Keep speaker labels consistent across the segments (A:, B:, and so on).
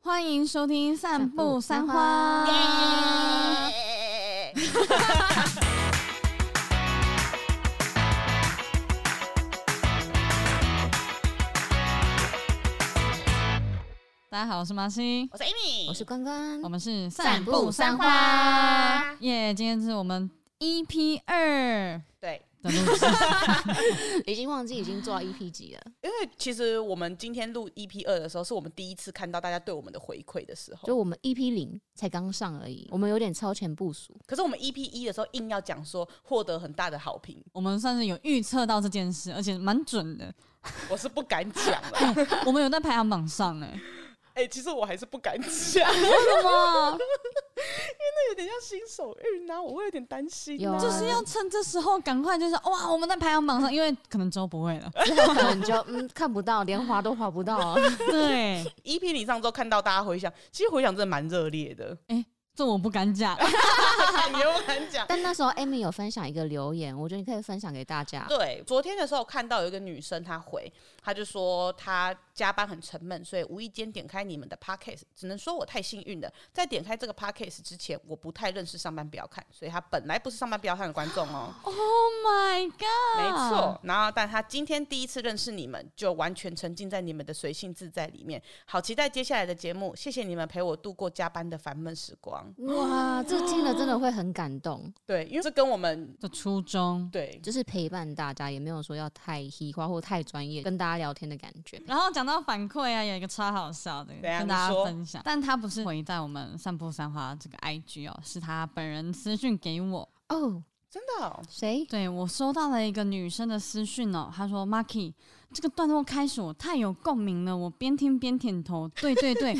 A: 欢迎收听《散步三花》大家好，我是麻西，
B: 我是 Amy，
C: 我是关关
A: 我，们是
C: 散步三花
A: 耶今天是我们 EP 二
B: 对，
A: 的录 制，
C: 已经忘记已经 做到 EP 几了，
B: 因为其实我们今天录 EP 二的时候，是我们第一次看到大家对我们的回馈的时
C: 就
B: 候。
C: 我们 EP 零才刚上而已，我们有点超前部 署，
B: 可是我们 EP 一的时候，硬要讲说获得很大的好评，
A: 我们算是有预测到这件事，而且蛮准 的。
B: 我是不敢讲 了。
A: 我们有在排行榜上哎、
B: 哎、其实我还是不敢讲，
A: 什么？
B: 那有点像新手运啊，我会有点担心、
C: 有 啊
B: 啊。
A: 就是要趁这时候赶快，就是哇，我们在排行榜上，因为可能周不 会了。
C: 之后可能就嗯看不到，连划都划不 到，
A: 对，
B: EP E 零上之后，看到大家回想，其实回想真的蛮热烈的，
A: 这我不敢 讲。
B: 你又不敢讲。
C: 但那时候 Amy 有分享一个留言，我觉得你可以分享给大家，
B: 对，昨天的时候看到有一个女生，她回，她就说她加班很沉闷，所以无意间点开你们的 podcast，只能说我太幸运了。在点开这个 podcast 之前，我不太认识上班不要看，所以她本来不是上班不要看的观众哦，
A: Oh my god！
B: 没错。，然后，但她今天第一次认识你们，就完全沉浸在你们的随性自在里面，好期待接下来的节目。谢谢你们陪我度过加班的烦闷时光。
C: 哇，这听了真的会很感动，
B: 对，因为这跟我们
A: 的初衷。
B: 对
C: 就是陪伴大家，也没有说要太嘻化或太专业，跟大家聊天的感觉。
A: 然后讲到反馈啊，有一个超好笑的，
B: 怎样
A: 跟大
B: 啊
A: 家
B: 你说
A: 分享。但他不是回在我们散步三花这个 IG 哦，是他本人私讯给我。
C: 哦，
B: 真的哦、
C: 谁？
A: 对我收到了一个女生的私讯哦，她说 Marky 这个段落开始我太有共鸣了，我边听边点头。对对对，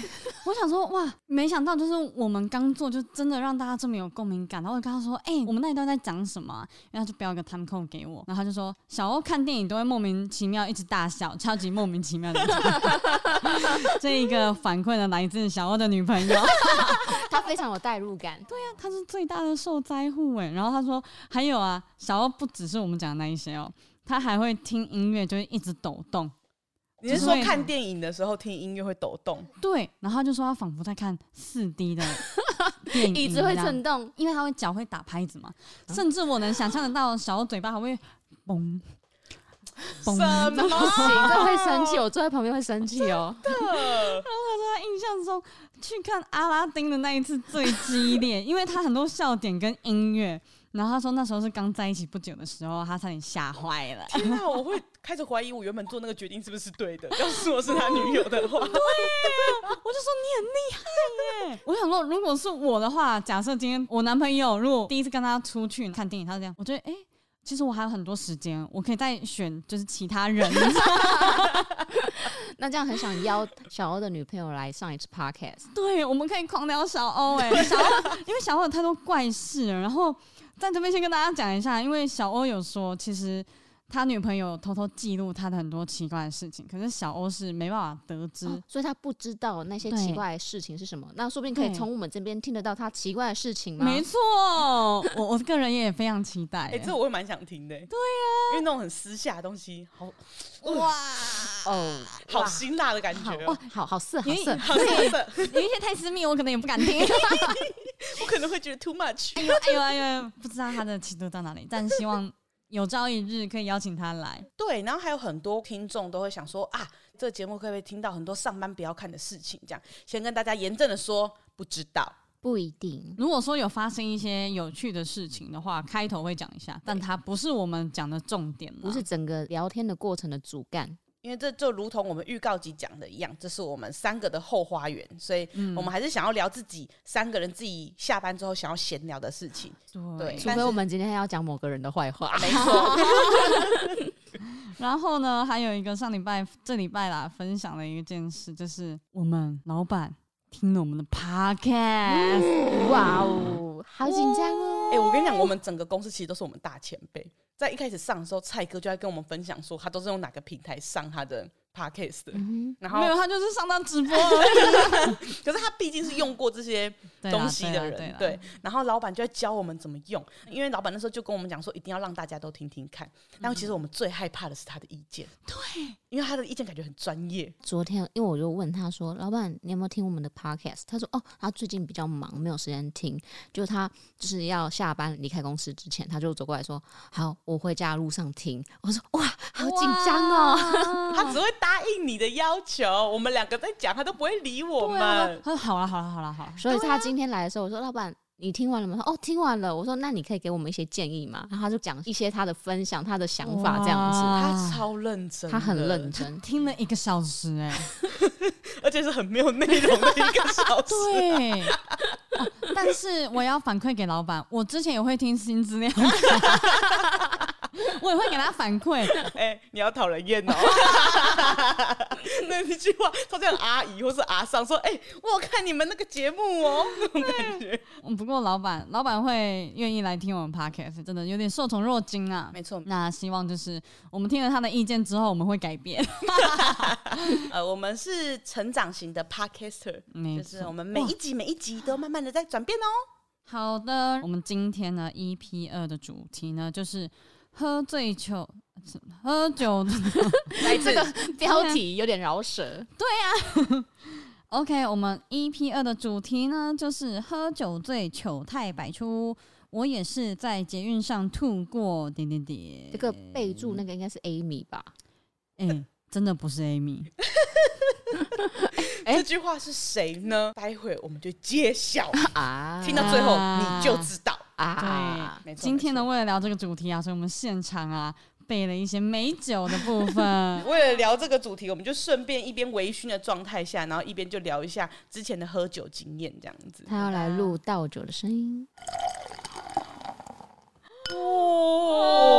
A: 我想说哇，没想到就是我们刚做就真的让大家这么有共鸣感。然后我就跟她说，哎、我们那一段在讲什么啊、然后她就标一个 time code 给我，然后她就说小欧看电影都会莫名其妙一直大笑，超级莫名其妙的。 这一个反馈呢来自小欧的女朋友。
C: 他非常有代入感。
A: 他是最大的受灾户哎。然后他说还有啊，小欧不只是我们讲的那一些哦，他还会听音乐就会一直抖动。
B: 你是
A: 就是
B: 说
A: 会
B: 看电影的时候听音乐会抖动？
A: 对，然后他就说他仿佛在看四 D 的电影，
C: 椅子会震，动，
A: 因为他会脚会打拍子嘛。
C: 啊
A: 甚至我能想象得到小欧嘴巴还会 嘣嘣。
B: 什
A: 然后
B: 么？
C: 不行，这会生气，我坐在旁边会生气哦。
A: 他说他印象中去看阿拉丁的那一次最激烈，因为他很多笑点跟音乐。然后他说那时候是刚在一起不久的时候，他差点吓坏了。
B: 天啊，我会开始怀疑我原本做那个决定是不是对的。 要是我是他女友的 话，
A: 我就说你很厉害耶！ 我想说，如果是我的话，假设今天我男朋友如果第一次跟他出去看电影，他是这样，我觉得哎、诶其实我还有很多时间，我可以再选就是其他人。
C: 那这样很想邀小欧的女朋友来上一次 podcast，
A: 对，我们可以狂聊小欧哎、小欧，因为小欧有太多怪事了。然后在这边先跟大家讲一下，因为小欧有说，其实他女朋友偷偷记录他的很多奇怪的事情，可是小欧是没办法得知。
C: 哦所以他不知道那些
A: 对
C: 奇怪的事情是什么。那说不定可以
A: 对
C: 从我们这边听得到他奇怪的事情吗？
A: 没 错，我我个人也非常期待、
B: 哎、这我会蛮想听的、对啊呀、因为那种很私下的东西，好
A: 哇，
C: 哦，
B: 好辛辣的感
C: 好
B: 觉
C: 哇
B: 哦，，
C: 好好色好
A: 因为
C: 色，
B: 好色色，
A: 有一些太私密，我可能也不敢听。
B: 我可能会觉得 too much。
A: 哎呦哎呦哎呦哎呦，不知道他的尺度到哪里，但希望有朝一日可以邀请他来。
B: 对，然后还有很多听众都会想说啊，这个节目会不会听到很多上班不要看的事情？这样，先跟大家严正的说，不知道。
C: 不一定。
A: 如果说有发生一些有趣的事情的话，开头会讲一下，但它不是我们讲的重点啦
C: 不是整个聊天的过程的主干，
B: 因为这就如同我们预告集讲的一样，这是我们三个的后花园，所以
A: 嗯
B: 我们还是想要聊自己三个人自己下班之后想要闲聊的事情。对
A: 对。
C: 除
B: 但
C: 非
B: 是
C: 我们今天要讲某个人的坏话。
B: 没错，
A: 然后呢，还有一个上礼拜、这礼拜啦，分享了一件事，就是我们老板听了我们的 podcast，
C: 哇哦，好紧张哦！
B: 哎、我跟你讲，我们整个公司其实都是我们大前辈，在一开始上的时候，蔡哥就在跟我们分享说，他都是用哪个平台上他的 podcast 的。
C: 嗯
B: 然
A: 没
B: 后，
A: 有，他就是上当直播而已。
B: 可是他毕竟是用过这些
A: 对啦啊
B: 东西的人，
A: 对啦
B: 对
A: 啦
B: 然后老板就在教我们怎么用，因为老板那时候就跟我们讲说，一定要让大家都听听看。
A: 嗯
B: 但其实我们最害怕的是他的意见，对，因为他的意见感觉很专业，
C: 昨天因为我就问他说：“老板，你有没有听我们的 podcast？” 他说：“哦，他最近比较忙，没有时间听。”就他就是要下班离开公司之前，他就走过来说：“好，我回家的路上听。”我说：“哇，好紧张哦。
A: 哦
B: 他只会答应你的要求。我们两个在讲，他都不会理我
A: 对啊
B: 们。，
A: 他说好了好了好了好了”，
C: 所以
B: 啊
C: 他今天来的时候，我说：“老板。”你听完了吗？他说哦，听完了。我说那你可以给我们一些建议吗？然后他就讲一些他的分享、他的想法这样子。
B: 他
A: 哇
B: 超认真，
C: 他很认，真，
A: 听了一个小时 哎、
B: 而且是很没有内容的一个小 时。
A: 对、哦但是我也要反馈给老板，我之前也会听新资料， 我也会给他反馈。
B: 哎、你要讨人厌哦。哦 那一句话，他这样阿姨或是阿桑说：“哎、我有看你们那个节目哦。”那种感觉。
A: 嗯不过老板，老板会愿意来听我们 podcast，真的有点受宠若惊啊。
B: 没错，
A: 那希望就是我们听了他的意见之后，我们会改变。
B: 呃，我们是成长型的 podcaster，
A: 没
B: 就是
A: 错，
B: 我们每一集每一集都慢慢的在转变哦。
A: 好的。我们今天呢，EP 二的主题呢，就是喝醉酒，喝酒。
B: 来自
C: 标题有点饶舌。
A: OK，我们 EP 二的主题呢，就是喝酒醉，糗态百出。我也是在捷运上吐过，点点点。
C: 这个备注那个应该是 Amy 吧？
A: 哎、真的不是 Amy，
C: 哎
B: 这句话是谁呢？待会我们就揭晓。
C: 啊，
B: 嗯听到最后
A: 啊
B: 你就知道。
C: 啊，
A: 对，
B: 没错
A: 今天呢，
B: 没
A: 为了聊这个主题啊，所以我们现场啊备了一些美酒的部分。
B: 为了聊这个主题，我们就顺便一边微醺的状态下，然后一边就聊一下之前的喝酒经验，这样子。
C: 他要来录倒酒的声音。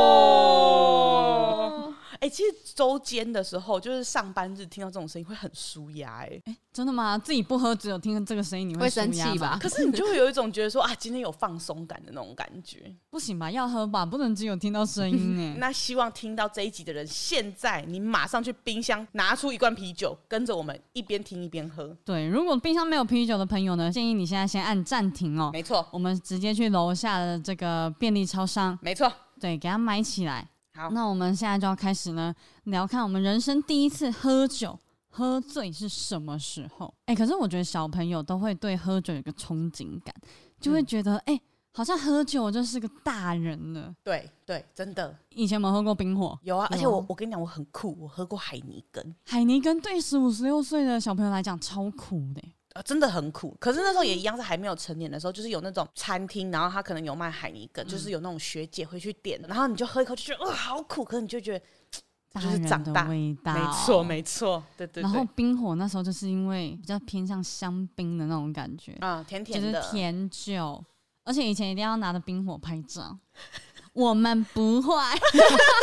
B: 哦，哎、其实周间的时候，就是上班日听到这种声音会很舒压哎、
A: 真的吗？自己不喝，只有听这个声音，你
C: 会
A: 舒
C: 生
A: 压
C: 气
A: 吗？
C: 吧？
B: 可是你就会有一种觉得说啊，今天有放松感的那种感觉。
A: 不行吧？要喝吧，不能只有听到声 音哎、
B: 那希望听到这一集的人，现在你马上去冰箱拿出一罐啤酒，跟着我们一边听一边喝。
A: 对，如果冰箱没有啤酒的朋友呢，建议你现在先按暂停哦。
B: 没错，
A: 我们直接去楼下的这个便利超商，
B: 没错。
A: 对，给它买起来。
B: 好
A: 那我们现在就要开始呢，聊看我们人生第一次喝酒、喝醉是什么时候？哎、可是我觉得小朋友都会对喝酒有个憧憬感，就
B: 嗯
A: 会觉得哎、好像喝酒就是个大人了。
B: 对对，真的
A: 以前我们喝过冰火、
B: 有啊！而且
C: 有
B: 我我跟你讲，我很酷，我喝过海泥根
A: 海尼根，对十五十六岁的小朋友来讲超苦的、
B: 啊，真的很苦。可是那时
A: 嗯
B: 候也一样，是还没有成年的时候，就是有那种餐厅，然后他可能有卖海泥根，
A: 嗯
B: 就是有那种学姐会去点，然后你就喝一口就觉得哇、好苦，可是你就觉得
A: 大
B: 就是
A: 人
B: 长
A: 的
B: 大
A: 味道，
B: 没错没错，对对
A: 然后
B: 对，
A: 冰火那时候就是因为比较偏向香槟的那种感觉，
B: 啊，甜
A: 就
B: 甜
A: 是
B: 的，
A: 甜酒，而且以前一定要拿着冰火拍照。 我们不会，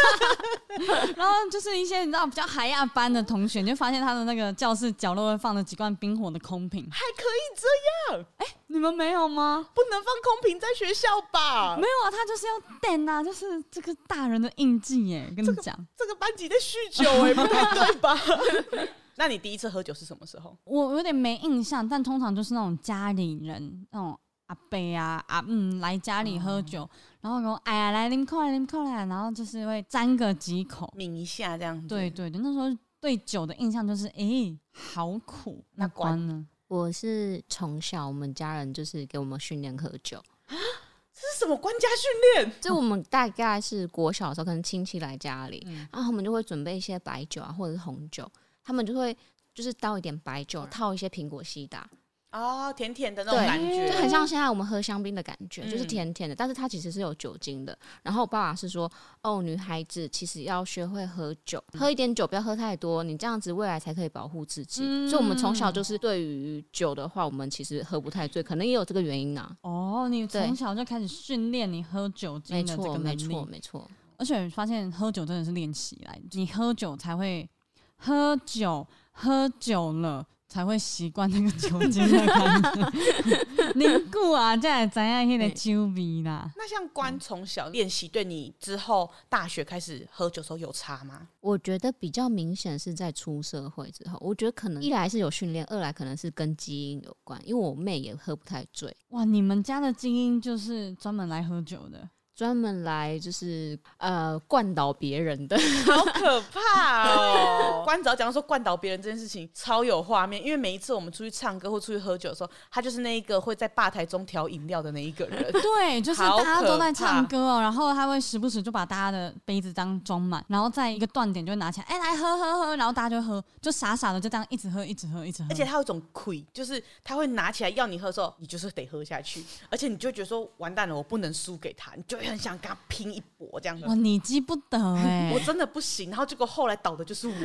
A: 然后就是一些你知道比较海亚班的同学，你就发现他的那个教室角落会放着几罐冰火的空瓶，
B: 还可以这样，
A: 你们没有吗？
B: 不能放空瓶在学校吧
A: 没？有啊，他就是要等啊，就是这个大人的印记耶，跟你讲。
B: 这个班级在酗酒 哎、不太对吧？ 那你第一次喝酒是什么时候？
A: 我有点没印象，但通常就是那种家里人那种阿伯啊阿嗯来家里喝酒，然后跟我哎呀来啉扣来啉扣来，然后就是会沾个几口。
B: 抿一下这样子，
C: 嗯
A: 对对对，那时候对酒的印象就是哎、好苦。
B: 那
A: 那
B: 关
A: 关呢？
C: 我是从小我们家人就是给我们训练喝 酒，
B: 这是什么官家训练？
C: 就我们大概是国小的时候，可能亲戚来家里，
A: 嗯
C: 然后他们就会准备一些白酒啊，或者是红酒，他们就会就是倒一点白酒，套一些苹果西打，
B: 哦，甜甜的那种
C: 对
B: 感
C: 就
B: 觉，
C: 很像现在我们喝香槟的感觉，就是
B: 嗯
C: 甜甜的，但是它其实是有酒精的。然后我爸爸是说，哦，女孩子其实要学会喝酒，喝一点酒，不要喝太多，你这样子未来才可以保护自己。所以，我们从小就是对于酒的话，我们其实喝不太醉，可能也有这个原因啊。
A: 哦，你
C: 对
A: 从小就开始训练你喝酒
C: 没
A: 精的这
C: 错，
A: 个
C: 没
A: 能
C: 错，
A: 力，
C: 没错。
A: 而且发现喝酒真的是练习来的，你喝酒才会喝酒，喝酒了才会习惯那个酒精的感觉。凝固啊，这也怎样？那个酒味啦，
B: 那像关从小练习，对你之后大学开始喝酒的时候有差吗？
C: 我觉得比较明显是在出社会之后，我觉得可能一来是有训练，二来可能是跟基因有关，因为我妹也喝不太醉，
A: 哇！你们家的精英就是专门来喝酒的，。
C: 专门来就是呃灌倒别人的。
B: 好可怕哦！关只要讲到说灌倒别人这件事情，超有画面，因为每一次我们出去唱歌或出去喝酒的时候，他就是那一个会在吧台中调饮料的那一个人
A: 对，就是
B: 好
A: 大家都在
B: 可怕
A: 唱歌哦，然后他会时不时就把大家的杯子当装满，然后在一个断点就拿起来，哎、来喝喝喝，然后大家就喝，就傻傻的就这样一直喝，一直喝，一直喝，
B: 而且他有一种亏，就是他会拿起来要你喝的时候，你就是得喝下去，而且你就会觉得说完蛋了，我不能输给他，你就会很想跟他拼一搏这样子
A: 哇，。你记不得哎、
B: 我真的不行，然后结果后来倒的就是 我，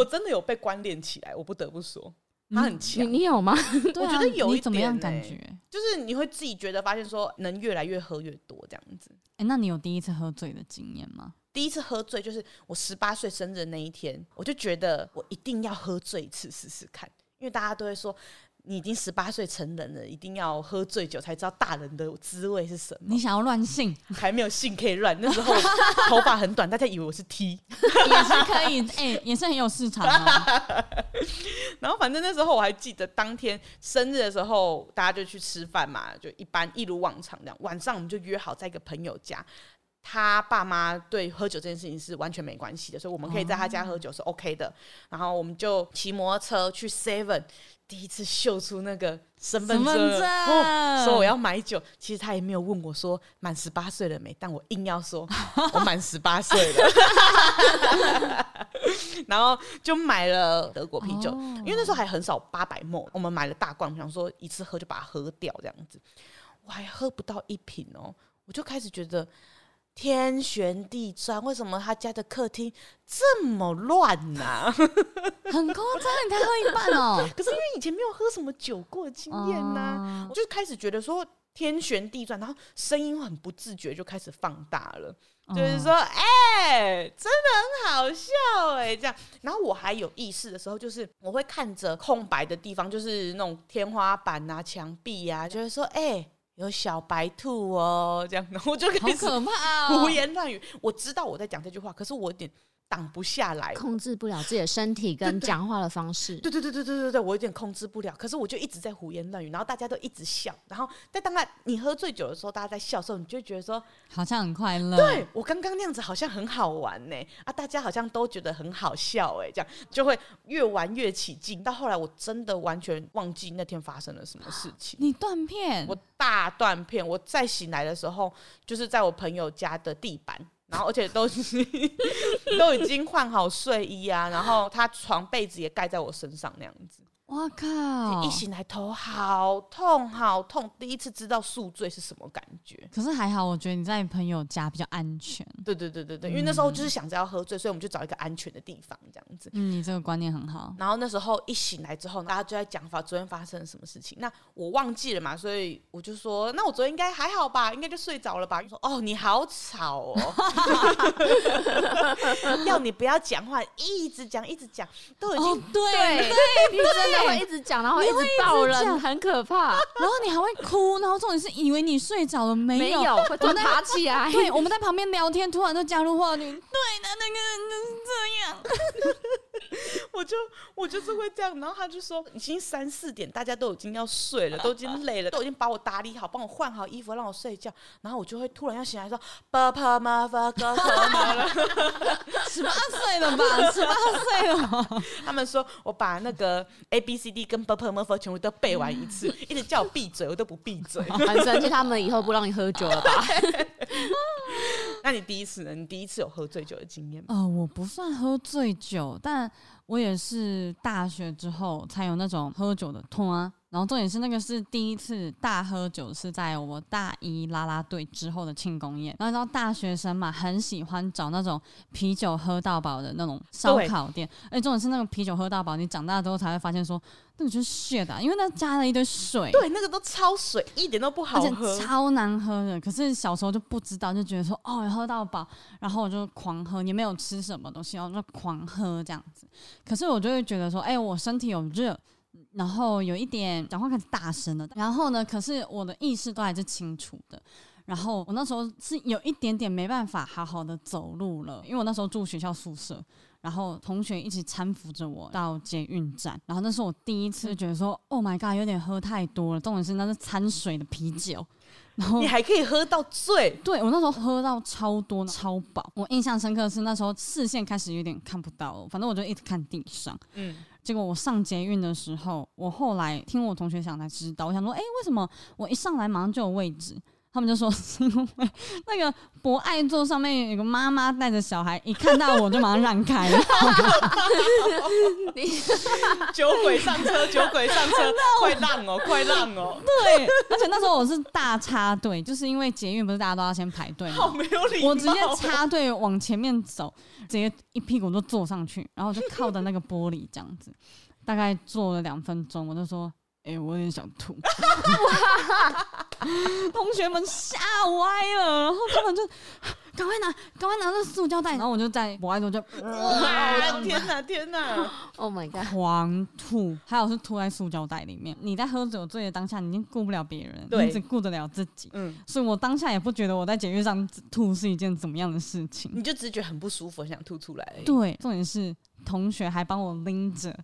B: 我真的有被关联起来，我不得不说，他很
C: 你
B: 强。
C: 你有吗？
A: 对啊
B: 我觉得有一
A: 你怎么样
B: 点
A: 感
B: 欸
A: 觉？
B: 就是你会自己觉得发现说能越来越喝越多这样子。
A: 哎、那你有第一次喝醉的经验吗？
B: 第一次喝醉就是我十八岁生日那一天，我就觉得我一定要喝醉一次试试看，因为大家都会说你已经十八岁成人了，一定要喝醉酒才知道大人的滋味是什么
A: 你。想要乱性
B: 还没有性可以乱，那时候头发很短，大家以为我是 T。
A: 也是可以，哎、也是很有市场 啊。
B: 然后反正那时候我还记得，当天生日的时候，大家就去吃饭嘛，就一般一如往常这样。晚上我们就约好在一个朋友家，他爸妈对喝酒这件事情是完全没关系的，所以我们可以在他家喝酒是 OK 的。然后我们就骑摩托车去 Seven，第一次秀出那个身份
A: 身份证嗯
B: 哦说我要买酒。其实他也没有问我说满十八岁了没，但我硬要 说我满十八岁了， 然后就买了德国啤酒，
A: 哦
B: 因为那时候还很少八百沫，我们买了大罐，想说一次喝就把它喝掉这样子。我还喝不到一瓶哦，我就开始觉得天旋地转，为什么他家的客厅这么乱呐、
A: 很夸张，欸你才喝一半哦、
B: 可是因为以前没有喝什么酒过的经验呐、
A: 哦
B: 我就开始觉得说天旋地转，然后声音很不自觉就开始放大了。
A: 哦嗯
B: 就是说，哎、真的很好笑哎、这样。然后我还有意识的时候，就是我会看着空白的地方，就是那种天花板啊、墙壁啊，就会说，哎、有小白兔哦，这样。然后我就
A: 好
B: 开始
A: 可怕 哦、
B: 胡言乱语。我知道我在讲这句话，可是我有点挡不下来。
C: 控制不了自己的身体跟讲话的方式。
B: 对对对对对对对，我有点控制不了，可是我就一直在胡言乱语，然后大家都一直笑，然后但当然你喝醉酒的时候，大家在笑的时候，你就会觉得说，
A: 好像很快乐。
B: 对我刚刚那样子好像很好玩呢、啊，大家好像都觉得很好笑哎、这样就会越玩越起劲。到后来我真的完全忘记那天发生了什么事情，
A: 你断片
B: 我，大断片。我再醒来的时候，就是在我朋友家的地板。然后，而且都是 都已经换好睡衣啊，然后他床被子也盖在我身上那样子。
A: 哇靠哦
B: 一！醒来头好痛好痛，第一次知道宿醉是什么感觉。
A: 可是还好，我觉得你在朋友家比较安全。
B: 对对对对对，因为那时候就是想着要喝醉，所以我们就找一个安全的地方这样子。
A: 嗯，你这个观念很好。
B: 然后那时候一醒来之后，大家就在讲发昨天发生了什么事情。那我忘记了嘛，所以我就说，那我昨天应该还好吧，应该就睡着了吧。说哦，你好吵哦， 要你不要讲话，一直讲一直讲，都已经、
A: 哦，对，
C: 你真的会一直讲，然后一直爆人，很可怕。
A: 然后你还会哭，然后重点是以为你睡着了没
C: 没有，会突然爬起来。
A: 对，我们在旁边聊天，突然就加入话题。对的，那个人就是这样。
B: 我就我就是会这样，然后他就说已经三四点，大家都已经要睡了，都已经累了，都已经把我打理好，帮我换好衣服，让我睡觉。然后我就会突然要醒来说，爸爸妈妈哥哥 妈妈。
A: 十八岁了吧？十八岁了吧，
B: 他们说我把那个 A B C D 跟 b p m f 全部都背完一次，一直叫我闭嘴，我都不闭嘴。
C: 很生气，他们以后不让你喝酒了 吧？
B: 那你第一次呢？你第一次有喝醉酒的经验吗？
A: 呃，我不算喝醉酒，但我也是大学之后才有那种喝酒的痛啊。然后重点是那个是第一次大喝酒，是在我大一啦啦队之后的庆功宴。然后你知道大学生嘛，很喜欢找那种啤酒喝到饱的那种烧
B: 对
A: 烤店，而且重点是那个啤酒喝到饱，你长大之后才会发现说那个就是 shit 啊，因为那加了一堆水。
B: 对，那个都超水，一点都不好
A: 而且
B: 喝。
A: 超难喝的。可是小时候就不知道，就觉得说哦，喝到饱，然后我就狂喝，也没有吃什么东西，然后就狂喝这样子。可是我就会觉得说，哎、我身体有热。然后有一点讲话开始大声了，然后呢，可是我的意识都还是清楚的。然后我那时候是有一点点没办法好好的走路了，因为我那时候住学校宿舍，然后同学一起搀扶着我到捷运站，然后那是我第一次觉得说、o h my god，有点喝太多了，重点是那是掺水的啤酒，然后
B: 你还可以喝到醉，
A: 对我那时候喝到超多超饱，我印象深刻的是那时候视线开始有点看不到了，反正我就一直看地上。
B: 嗯，
A: 结果我上捷运的时候，我后来听我同学讲才知道，我想说，哎、为什么我一上来马上就有位置？他们就说是因为那个博爱座上面有个妈妈带着小孩，一看到我就马上让开了。
B: 酒鬼上车，酒鬼上 车，快浪哦，快浪哦，
A: 对，而且那时候我是大插队，就是因为捷运不是大家都要先排队吗
B: 好？没有 礼貌。哦
A: 我直接插队往前面走，直接一屁股就坐上去，然后我就靠着那个玻璃这样子，大概坐了两分钟，我就说：“哎、我有点想 吐。”同学们吓歪了，然后他们就赶快拿，赶快拿那塑胶袋，然后我就在我爱中就
B: 哇！天哪，天 哪！
C: ，Oh my god，
A: 狂吐，还有是吐在塑胶袋里面。你在喝酒醉的当下，你已经顾不了别人，
B: 对
A: 你只顾得了自己。
B: 嗯，
A: 所以我当下也不觉得我在检阅上吐是一件怎么样的事情。
B: 你就只觉得很不舒服，想吐出来。，
A: 对，重点是同学还帮我拎着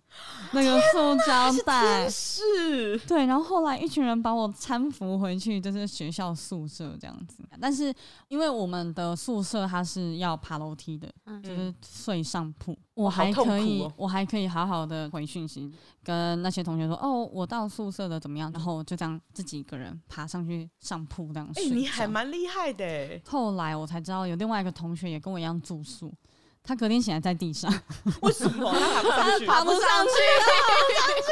A: 那个塑胶袋。
B: 是
A: 对，然后后来一群人把我搀扶回去，就是学校宿舍这样子。但是因为我们的宿舍它是要爬楼梯的，
C: 嗯
A: 就是睡上铺，我
B: 好
A: 还
B: 痛
A: 可以，
B: 苦哦
A: 我还可以好好的回讯息，跟那些同学说，哦，我到宿舍了，怎么样？然后我就这样自己一个人爬上去上铺这样
B: 哎、
A: 睡觉。
B: 你还蛮厉害的、欸，
A: 后来我才知道有另外一个同学也跟我一样住宿，他隔天醒来在地上。
B: 为什么 他爬不上去？
A: 爬不上去，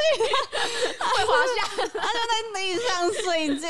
C: 会滑下，
A: 在地上睡觉。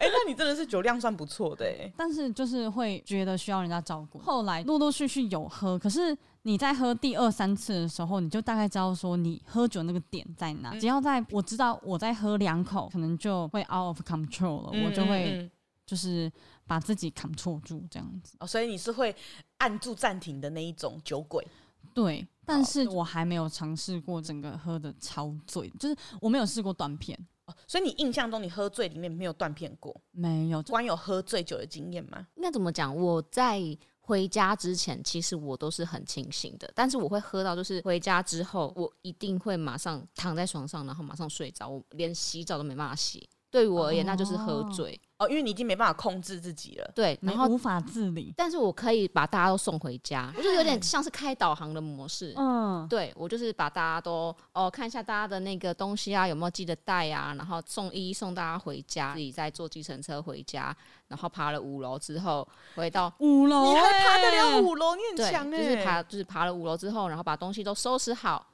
B: 哎、那你真的是酒量算不错的、欸，
A: 但是就是会觉得需要人家照顾。后来陆陆续续有喝，可是你在喝第二三次的时候，你就大概知道说你喝酒那个点在哪。
B: 嗯
A: 只要在我知道我在喝两口，可能就会 out of control 了，我就会
B: 嗯嗯嗯
A: 就是把自己 control 住这样子。
B: 哦，所以你是会按住暂停的那一种酒鬼。
A: 对。但是我还没有尝试过整个喝的超醉，就是我没有试过断片，
B: 哦所以你印象中你喝醉里面没有断片过？
A: 没有，
B: 关有喝醉酒的经验吗？
C: 应该怎么讲？我在回家之前，其实我都是很清醒的，但是我会喝到，就是回家之后，我一定会马上躺在床上，然后马上睡着，我连洗澡都没办法洗。对于我而言，那就是喝
A: 哦
C: 醉。
B: 哦，因为你已经没办法控制自己了。
C: 对，
A: 没
C: 然后
A: 无法自理。
C: 但是我可以把大家都送回家，我就有
B: 嗯
C: 点像是开导航的模式。
B: 哦
A: 嗯，
C: 对，我就是把大家都哦看一下大家的那个东西啊，有没有记得带啊，然后送一一送大家回家，自己再坐计程车回家，然后爬了五楼之后回到
A: 五楼、欸，
B: 你还爬得了五楼，你哎很
C: 对，
B: 强哎、
C: 就是爬就是爬了五楼之后，然后把东西都收拾好，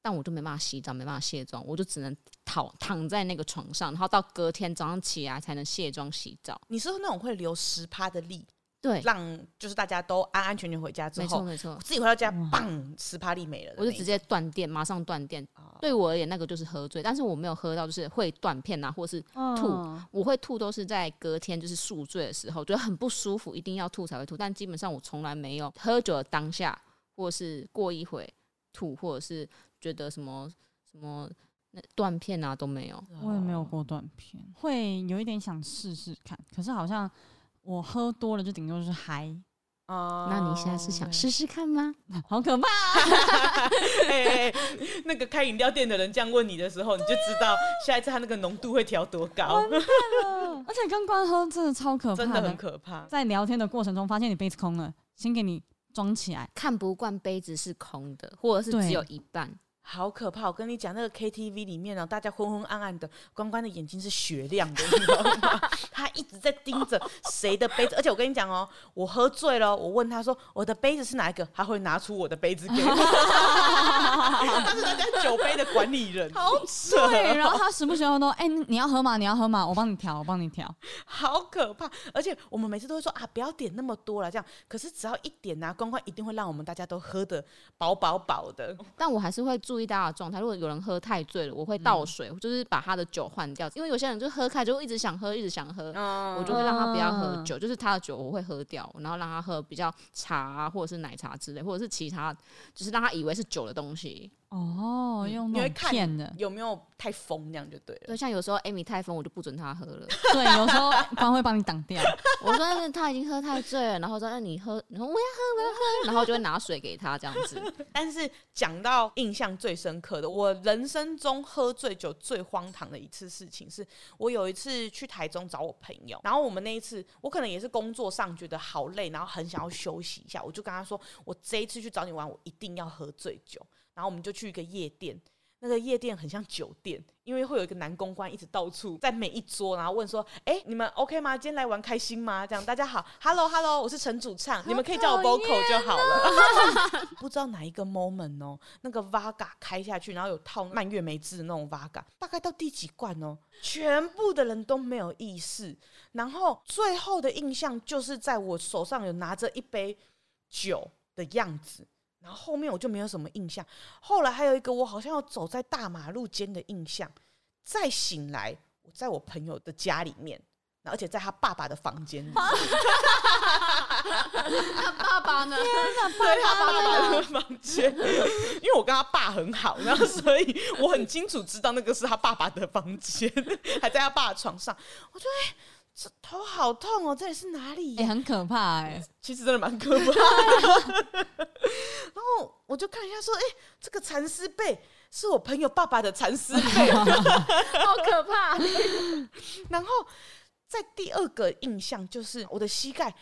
C: 但我就没办法洗澡，没办法卸妆，我就只能躺躺在那个床上，然后到隔天早上起来才能卸妆洗澡。
B: 你是那种会留十趴的力，
C: 对，
B: 让就是大家都安安全全回家之
C: 没错
B: 后，
C: 没错，
B: 自己回到家，
A: 哇
B: 棒，十趴力没了的
C: 嗯我
B: 那一种。
C: 就
B: 哦
C: 直接断电，马上断电。对我而言，那个就是喝醉，但是我没有喝到就是会断片啊，或是吐
A: 嗯
C: 我会吐都是在隔天就是宿醉的时候，觉得很不舒服，一定要吐才会吐。但基本上我从来没有喝酒的当下，或是过一会吐，或者是觉得什么什么那断片啊都没有。
A: 我也没
B: 哦
A: 有过断片，会有一点想试试看，可是好像我喝多了就顶多就是嗨，
B: 哦
C: 那你现在是想试试看吗？
A: 好可怕！
B: 哎、哎哎那个开饮料店的人这样问你的时候，你就知道下一次他那个浓度会调多高，
A: 而且跟关喝真的超可怕
B: 真的很可怕。
A: 在聊天的过程中发现你杯子 空了，先给你装起来，
C: 看不惯杯子是空的，或者是只有一半，
B: 好可怕！我跟你讲，那个 KTV 里面呢、哦大家昏昏暗暗的，关关的眼睛是雪亮的，你知道吗？ 他一直在盯着谁的杯子，而且我跟你讲哦，我喝醉了，我问他说我的杯子是哪一个，他会拿出我的杯子给我， 他是那家酒杯的管理 人，
A: 好醉，然后他时不时都哎、你要喝吗？你要喝吗？我帮你调，我帮你调。
B: 好可怕！而且我们每次都会说啊，不要点那么多了，这样。可是只要一点啊，关关一定会让我们大家都喝的饱饱饱的。
C: 但我还是会注意大家的状态。如果有人喝太醉了，我会倒水，就是把他的酒换掉。因为有些人就喝开就会一直想喝，一直想喝，我就会让他不要喝酒，就是他的酒我会喝掉，然后让他喝比较茶、啊、或者是奶茶之类，或者是其他，就是让他以为是酒的东西。
A: 哦，用
B: 嗯你
A: 那
B: 会
A: 种
B: 看
A: 骗的，
B: 有没有太疯，这样就对了。
C: 对，像有时候 Amy 太疯，我就不准他喝了。
A: 对，有时候光会帮你挡掉。
C: 我说那他已经喝太醉了，然后说那你喝，然后我要喝，我要喝，然后就会拿水给他这样子。
B: 但是讲到印象最深刻的，我人生中喝醉酒最荒唐的一次事情是，我有一次去台中找我朋友，然后我们那一次，我可能也是工作上觉得好累，然后很想要休息一下，我就跟他说，我这一次去找你玩，我一定要喝醉酒。然后我们就去一个夜店。那个夜店很像酒店，因为会有一个男公关一直到处在每一桌，然后问说：“哎、你们 OK 吗？今天来玩开心吗？”这样大家好，Hello Hello，我是陈主唱，你们可以叫我 Vocal 就好了。 不知道哪一个 moment 哦，那个 Vaga 开下去，然后有套蔓越莓汁的那种 Vaga，大概到第几罐哦，全部的人都没有意识。然后最后的印象就是在我手上有拿着一杯酒的样子，然后后面我就没有什么印象。后来还有一个我好像有走在大马路间的印象，再醒来我在我朋友的家里面，然后而且在他爸爸的房间里。
C: 那 爸爸呢？
B: 对他爸爸的房间，因为我跟他爸很好，然后所以我很清楚知道那个是他爸爸的房间，还在他爸的床上。我就哎、这头好痛哦，这里是哪里
A: 也、
B: 呀、
A: 很可怕哎、
B: 其实真的蛮可怕的。啊然后我就看一下说，哎、这个蚕丝被是我朋友爸爸的蚕丝被，
C: 好可怕！
B: 然后在第二个印象就是我的膝盖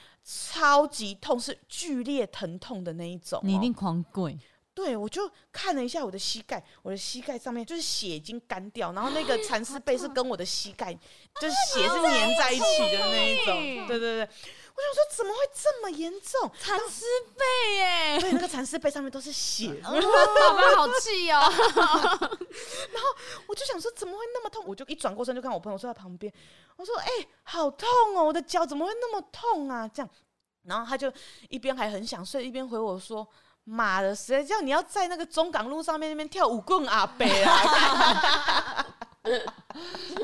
B: 超级痛，是剧烈疼痛的那一种哦、
A: 你一定狂跪，
B: 对，我就看了一下我的膝盖，我的膝盖上面就是血已经干掉，然后那个蚕丝被是跟我的膝盖就是血是粘在一起的那一种。对对对，我想说怎么会这么严重？
A: 蚕丝被耶，
B: 对，那个蚕丝被上面都是血，
A: 嗯
C: 爸爸好气 哦。
B: 我就想说怎么会那么痛？我就一转过身就看我朋友坐在旁边，我说：“哎、好痛哦，我的脚怎么会那么痛啊？”这样，然后他就一边还很想睡，一边回我说。妈的，谁叫你要在那个中港路上面那边跳舞棍阿伯啊！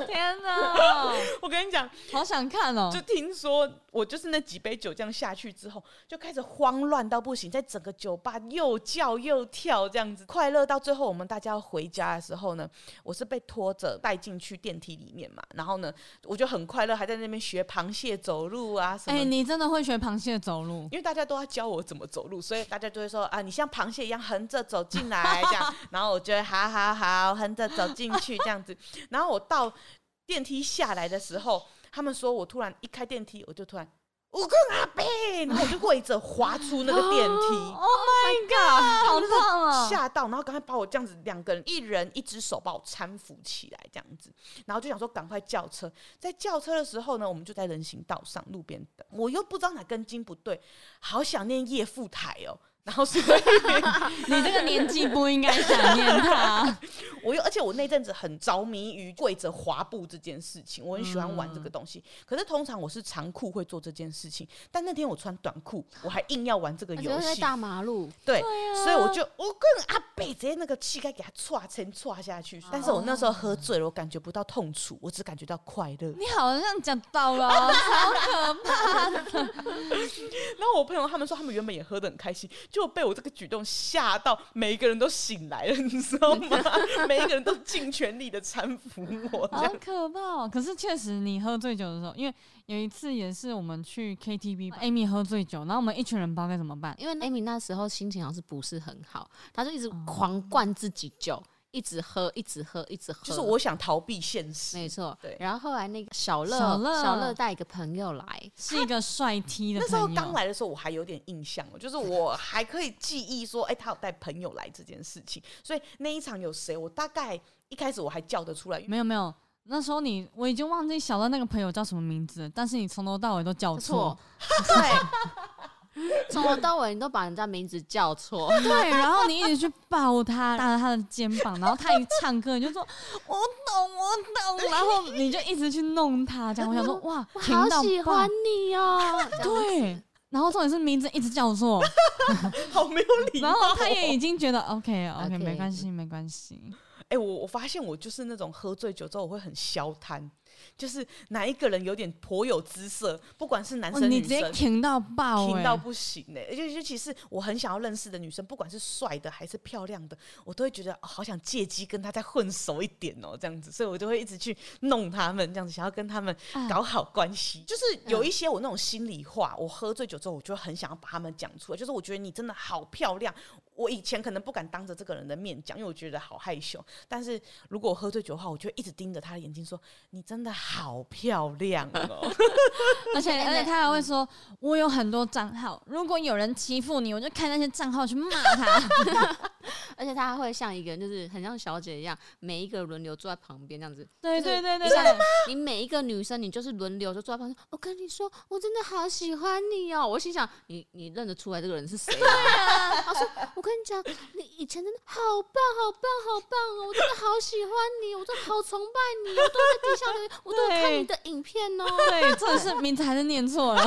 A: 天 哪，
B: 我跟你讲，
A: 好想看哦
B: 就！听说我就是那几杯酒这样下去之后，就开始慌乱到不行，在整个酒吧又叫又跳这样子，快乐到最后我们大家要回家的时候呢，我是被拖着带进去电梯里面嘛，然后呢，我就很快乐，还在那边学螃蟹走路啊什
A: 哎、
B: 么的。
A: 你真的会学螃蟹走路？，
B: 因为大家都要教我怎么走路，所以大家就会说啊，你像螃蟹一样横着走进来这样，然后我就会好好好横着走进去这样子，然后我到电梯下来的时候，他们说我突然一开电梯，我就突然。我跟阿贝，然后我就跪着滑出那个电梯
A: Oh my god，好痛哦！
B: 吓到，然后赶快把我这样子两个人，一人一只手把我搀扶起来，这样子，然后就想说赶快叫车。在叫车的时候呢，我们就在人行道上路边等，我又不知道哪根筋不对，好想念叶富台哦。 然后所以
A: 你这个年纪不应该想念 他，
B: 我又，而且我那阵子很着迷于跪着滑步这件事情，我很喜欢玩这个东西。可是通常我是长裤会做这件事情，但那天我穿短裤，我还硬要玩这个
C: 我觉得
B: 游
C: 在
B: 戏。
C: 大马路，
B: 对，
A: 啊
B: 所以我就我跟阿北直接那个膝盖给他踹成踹下去。
A: 哦
B: 但是我那时候喝醉了，我感觉不到痛楚，我只感觉到快 乐。
A: 你好像讲到了哦，超 可怕！
B: 然后我朋友他们说，他们原本也喝得很开心，就被我这个举动吓到，每一个人都醒来了， 你知 道吗？每一个人都尽全力的搀扶我，这
A: 好
B: 样
A: 可怕哦！可是确实，你喝醉酒的时候，因为有一次也是我们去
B: 嗯
A: KTV，Amy 喝醉酒，然后我们一群人不知道
B: 啊
C: 哎
A: 该怎么办，哦
C: 因为 Amy 那时候心情好像是不是很好，她就一直狂灌自己酒，一直喝，一直喝，一直喝。
B: 就是我想逃避现
C: 没
B: 实。
C: 错，
B: 对
C: 然后后来那个小乐，
A: 小乐
C: 小乐带一个朋友来，
A: 是一个帅 T 的
B: 那
A: 朋友。
B: 时候刚来的时候，我还有点印象哦，就是我还可以记忆说，哎、他有带朋友来这件事情，所以那一场有谁，我大概一开始我还叫得出来，因为
A: 没有没有，那时候你我已经忘记小乐那个朋友叫什么名字了，但是你从头到尾都叫错
C: 错，，从头到尾你都把人家名字叫 错。
A: 对，然后你一直去抱他，搭着他的肩膀，然后他一唱歌你就说我懂我懂，然后你就一直去弄他，这样我想说哇，甜
C: 好
A: 到
C: 喜
A: 爆
C: 欢你 哦！
A: 对，然后重点是名字一直叫错，
B: 对，好没有礼貌、
A: 然
B: 哦。
A: 后他也已经觉得 OK OK
C: OK
A: 没关系没关系，
B: 哎、我我发现我就是那种喝醉酒之后我会很消贪，就是哪一个人有点颇有姿色，不管是男
A: 哇
B: 生
A: 哦你
B: 女
A: 直接
B: 生。
A: 甜到爆
B: 听
A: 哎、
B: 到不行呢、而且尤其是我很想要认识的女生，不管是帅的还是漂亮的，我都会觉得、哦好想借机跟她再混熟一点哦、这样子，所以我就会一直去弄他们，这样子想要跟他们
A: 啊
B: 搞好关系。就是有一些我那种心里话，我喝醉酒之后，我就很想要把他们讲出来，就是我觉得你真的好漂亮。我以前可能不敢当着这个人的面讲，因为我觉得好害羞。但是如果我喝醉酒的话，我就会一直盯着他的眼睛说：“你真的好漂亮哦、
A: 而且 而
C: 而
A: 且
C: 且
A: 他还会说，我有很多账号，如果有人欺负你，我就开那些账号去骂他。
C: 而且他还会像一个人，就是很像小姐一样，每一个轮流坐在旁边这样子。
A: 对对对对
C: 你
A: 对
C: 想，你每一个女生，你就是轮流就坐在旁边。我跟你说，我真的好喜欢你哦！我心想，你你认得出来这个人是谁吗？
A: 啊
C: 他说，我跟你讲，你以前真的好棒，好棒，好棒哦！我真的好喜欢你，我真的好崇拜你，我都在底下留言，我都有看你的影片哦。
A: 对，真的是名字还是念错了。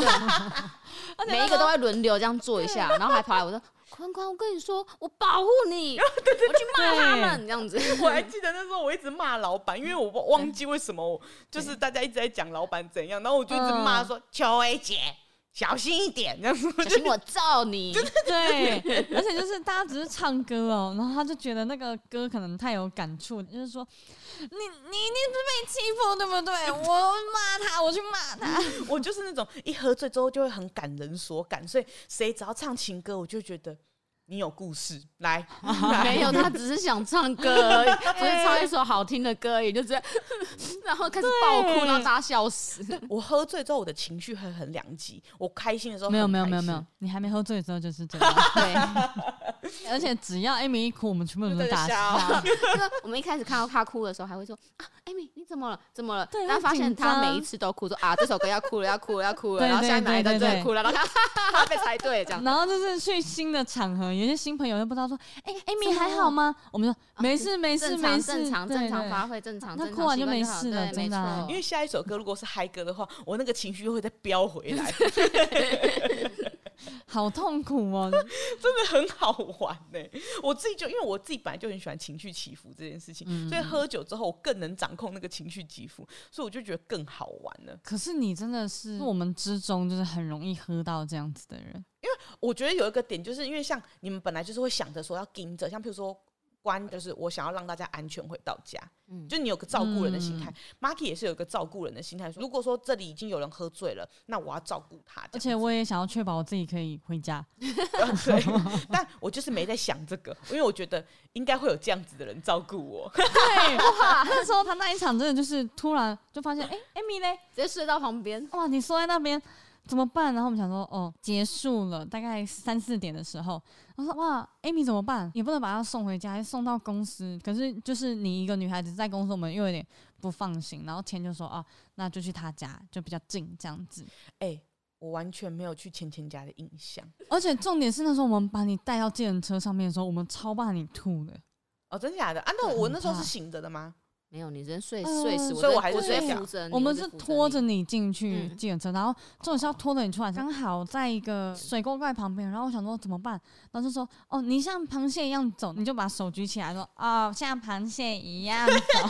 A: 而且
C: 每一个都会轮流这样做一下，然后还跑来我说：“宽宽，我跟你说，我保护 你，我去骂他们这样子。
B: 我还记得那时候我一直骂老板，因为我忘记为什么我，就是大家一直在讲老板怎样，然后我就一直骂说：“邱薇姐，小心一点。”这样子，我
C: 小
B: 就
C: 心我揍你！
A: 对，而且就是大家只是唱歌哦，然后他就觉得那个歌可能太有感触，就是说你你一定是被欺负，对不 对？我骂他，我去骂他。
B: 我就是那种一喝醉之后就会很感人所感，所以谁只要唱情歌，我就觉得你有故事 来。
C: 没有，他只是想唱歌 而已，只是唱一首好听的歌而已，就这样，然后开始爆哭，
A: 对
C: 然后大家笑死。
B: 我喝醉之后，我的情绪会很两极，我开心的时候
A: 没有
B: 很
A: 没有
B: 开
A: 没有
B: 心
A: 没有，，你还没喝醉的时候就是这样。
C: 对，
A: 而且只要艾米一哭，我们全部人都
B: 就在
A: 大
B: 笑
A: 笑。
C: 就是我们一开始看到他哭的时候，还会说啊，艾米，你怎么了？怎么了
A: 对？
C: 然后
A: 会
C: 发现
A: 紧
C: 他
A: 张
C: 每一次都哭，说啊，这首歌要哭了，要哭了，要哭了。
A: 对
C: 然后
A: 对
C: 下一秒
A: 对
C: 一
A: 对
C: 段就
A: 对
C: 会哭了，然后他 他被猜对这样。
A: 然后就是去新的场合，有些新朋友又不知道说，哎、艾米
C: 怎么
A: 还
C: 了
A: 好吗？我们说没事没事
C: 正
A: 没
C: 常
A: 事，
C: 正常
A: 对
C: 正常
A: 对
C: 发挥，正常
A: 那
C: 正常
A: 哭完
C: 习
A: 就
C: 惯
A: 没
C: 好
A: 事了
C: 对没
A: 真的啊
C: 错。
B: 因为下一首歌如果是嗨歌的话，我那个情绪又会再飙回来，
A: 好痛苦哦。
B: 很好玩呢、我自己就因为我自己本来就很喜欢情绪起伏这件事情，
A: 嗯
B: 所以喝酒之后我更能掌控那个情绪起伏，所以我就觉得更好玩了。
A: 可是你真的是我们之中就是很容易喝到这样子的人，
B: 我觉得有一个点，就是因为像你们本来就是会想着说要盯着，像譬如说。关就是我想要让大家安全回到家，
C: 嗯
B: 就你有个照顾人的心态、
A: 嗯
B: m a r k y 也是有一个照顾人的心态。如果说这里已经有人喝醉了，那我要照顾他。这样
A: 而且我也想要确保我自己可以回家。
B: 对，但我就是没在想这个，因为我觉得应该会有这样子的人照顾我。
A: 对，哇， 那时候他那一场真的就是突然就发现，哎、艾米嘞，
C: 直接睡到旁边。
A: 哇，你缩在那边怎么办？然后我们想说，哦，结束了，大概三四点的时候，我说哇，艾米怎么办？也不能把她送回家，还送到公司。可是就是你一个女孩子在公司，我们又有点不放心。然后钱就说啊，那就去她家，就比较近这样子。
B: 哎、我完全没有去芊芊家的印象。
A: 而且重点是那时候我们把你带到计程车上面的时候，我们超怕你吐的。
B: 哦，真假的啊？那
A: 对
B: 我
A: 很
B: 那时候是
A: 怕
B: 醒着的吗？
C: 没有，你直接睡
A: 嗯
C: 睡死，
A: 所以
C: 真的
B: 我还是
C: 呃我直接
B: 睡着
C: 扶着你，
A: 我们
C: 直
A: 是
C: 接扶
A: 拖着
C: 你，
A: 你进去
C: 嗯
A: 计程车，然后重点是要拖着你出来，刚好在一个水沟盖旁边，然后我想说怎么办，然后就说哦，你像螃蟹一样走，你就把手举起来说哦，像螃蟹一样走，。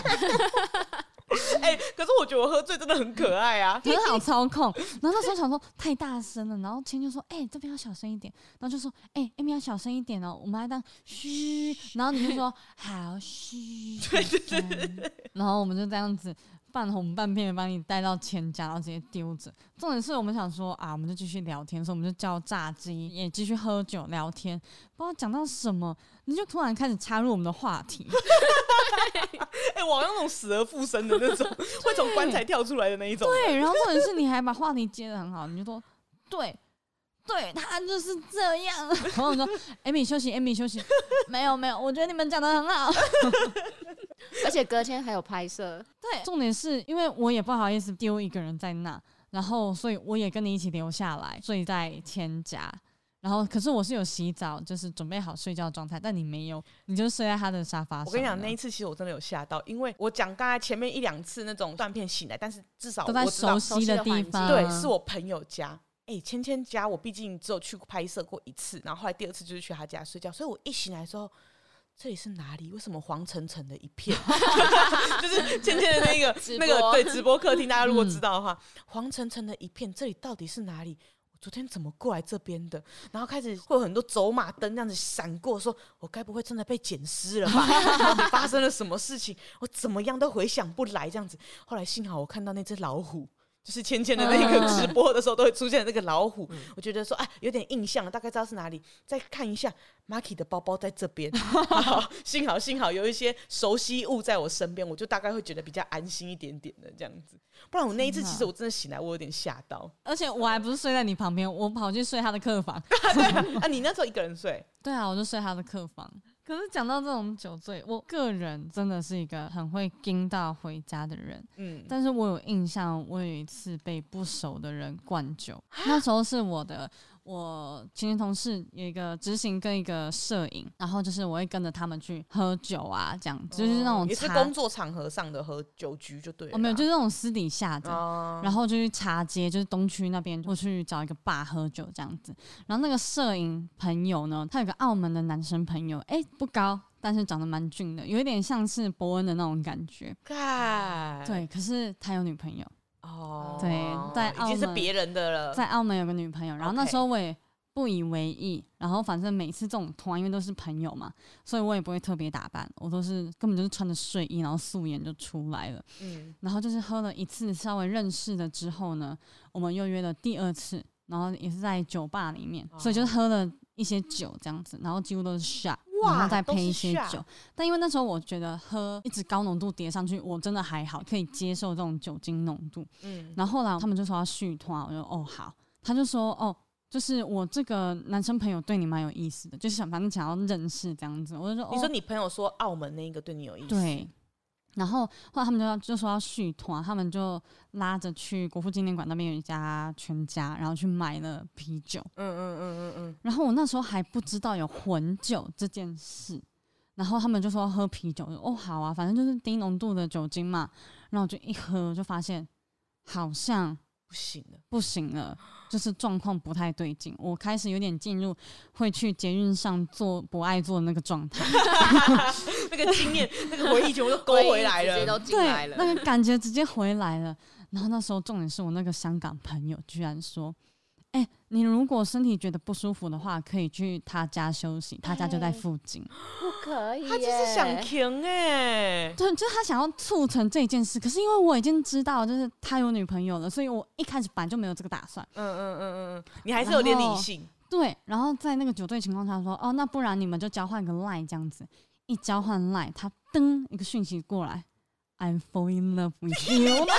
B: 哎、 可是我觉得我喝醉真的很可爱啊
A: 很 好操控。然后那时候想说太大声了，然后千就说哎、这边要小声一点，然后就说哎，艾、米要小声一点哦，我们还当嘘，然后你就说好嘘，
B: 对对
A: 嗯然后我们就这样子。半哄半骗的把你带到千家，然后直接丢着。重点是我们想说啊，我们就继续聊天，所以我们就叫炸鸡，也继续喝酒聊天。不知道讲到什么，你就突然开始插入我们的话题，
B: 哎、我好像那种死而复生的 那种，会从棺材跳出来的那一种。
A: 对，然后或者是你还把话题接的很好，你就说对。对他就是这 样，然后我说：“Amy 休息，Amy 休息，没有没有，我觉得你们讲的很好。”
C: 而且隔天还有拍摄，
A: 对，重点是因为我也不好意思丢一个人在那，然后所以我也跟你一起留下来睡在千家。然后可是我是有洗澡，就是准备好睡觉的状态，但你没有，你就睡在他的沙发上了。
B: 我跟你讲，那一次其实我真的有吓到，因为我讲刚才前面一两次那种断片醒来，但是至少
A: 都在
B: 我知道
A: 熟悉的地
C: 嗯
A: 方，
B: 对，是我朋友家。哎、芊芊家，我毕竟只有去拍摄过一次，然后后来第二次就是去她家睡觉，所以我一醒来之后，这里是哪里？为什么黄澄澄的一片？ 就是芊芊的那个
C: 直
B: 那
C: 播
B: 个对直播客厅，大家如果知道的话，黄澄澄的一片，这里到底是哪里？我昨天怎么过来这边的？然后开始会有很多走马灯这样子闪过，说我该不会真的被捡尸 了吧？到底发生了什么事情？我怎么样都回想不来这样子。后来幸好我看到那只老虎。就是芊芊的那个直播的时候，都会出现那个老虎，
A: 嗯
B: 我觉得说哎，有点印象，大概知道是哪里。再看一下 Marky 的包包在这边， 好幸好幸好有一些熟悉物在我身边，我就大概会觉得比较安心一点点的这样子。不然我那一次
A: 真的
B: 其实我真的醒来，我有点吓到。
A: 而且我还不是睡在你旁边，我跑去睡他的客房。
B: 啊，你那时候一个人睡，
A: 对啊，我就睡他的客房。可是讲到这种酒醉，我个人真的是一个很会盯到回家的人。
B: 嗯，
A: 但是我有印象，我有一次被不熟的人灌 酒，那时候是我的。我前前同事有一个执行跟一个摄影，然后就是我会跟着他们去喝酒啊，这样就是那种
B: 哦也是啊
A: 茶，
B: 工作场合上的和酒局就对了啦。
A: 哦没有，就是那种私底下的，
B: 哦
A: 然后就去茶街，就是东区那边，我去找一个爸喝酒这样子。然后那个摄影朋友呢，他有个澳门的男生朋友，哎，不高，但是长得蛮俊的，有一点像是伯恩的那种感觉。
B: 看，
A: 对，可是他有女朋友，
B: 哦，
A: 对在
B: 已经
A: 澳
B: 是
A: 门
B: 别人的了，
A: 在澳门有个女朋友。然后那
B: OK
A: 时候我也不以为意，然后反正每次这种团，因为都是朋友嘛，所以我也不会特别打扮，我都是根本就是穿着睡衣，然后素颜就出来了。
B: 嗯，
A: 然后就是喝了一次，稍微认识了之后呢，我们又约了第二次，然后也是在酒吧里面，所以就是喝了一些酒这样子，然后几乎都是 shot，
B: 哦哇
A: 然后再
B: 都
A: 配
B: 是
A: 一些
B: shot
A: 酒。但因为那时候我觉得喝一直高浓度叠上去，我真的还好，可以接受这种酒精浓度。
B: 嗯，
A: 然后后来他们就说要续团，我就哦好，他就说哦。就是我这个男生朋友对你蛮有意思的，就是想反正想要认识这样子，我就说哦，
B: 你说你朋友说澳门那一个对你有意思，
A: 对，然后后来他们就要就说要续团，他们就拉着去国父纪念馆那边有一家全家，然后去买了啤酒。
B: 嗯嗯嗯嗯嗯，
A: 然后我那时候还不知道有混酒这件事，然后他们就说要喝啤酒，我就哦好啊，反正就是低浓度的酒精嘛。然后我就一喝就发现好像
B: 不行 了，
A: 不行了，就是状况不太对劲，我开始有点进入会去捷运上做不爱做的那个状态。
B: 那个 经验，那个回忆全部都勾回来
C: 回忆直接都
B: 了。
C: 进
A: 对，
C: 来了。
A: 那个感觉直接回来了。然后那时候重点是我那个香港朋友居然说：“哎、你如果身体觉得不舒服的话，可以去他家休息，他家就
C: 哎
A: 在附近。
C: 不可以
B: 他就是想停哎、
A: 对，就是他想要促成这件事。可是因为我已经知道，就是他有女朋友了，所以我一开始本来就没有这个打算。
B: 嗯嗯嗯嗯嗯，你还是有点
A: 然
B: 理
A: 后
B: 性，
A: 对，然后在那个酒醉情况下说：“哦，那不然你们就交换个 line 这样子。”一交换 line，他噔一个讯息过来：“I'm falling in love with you。”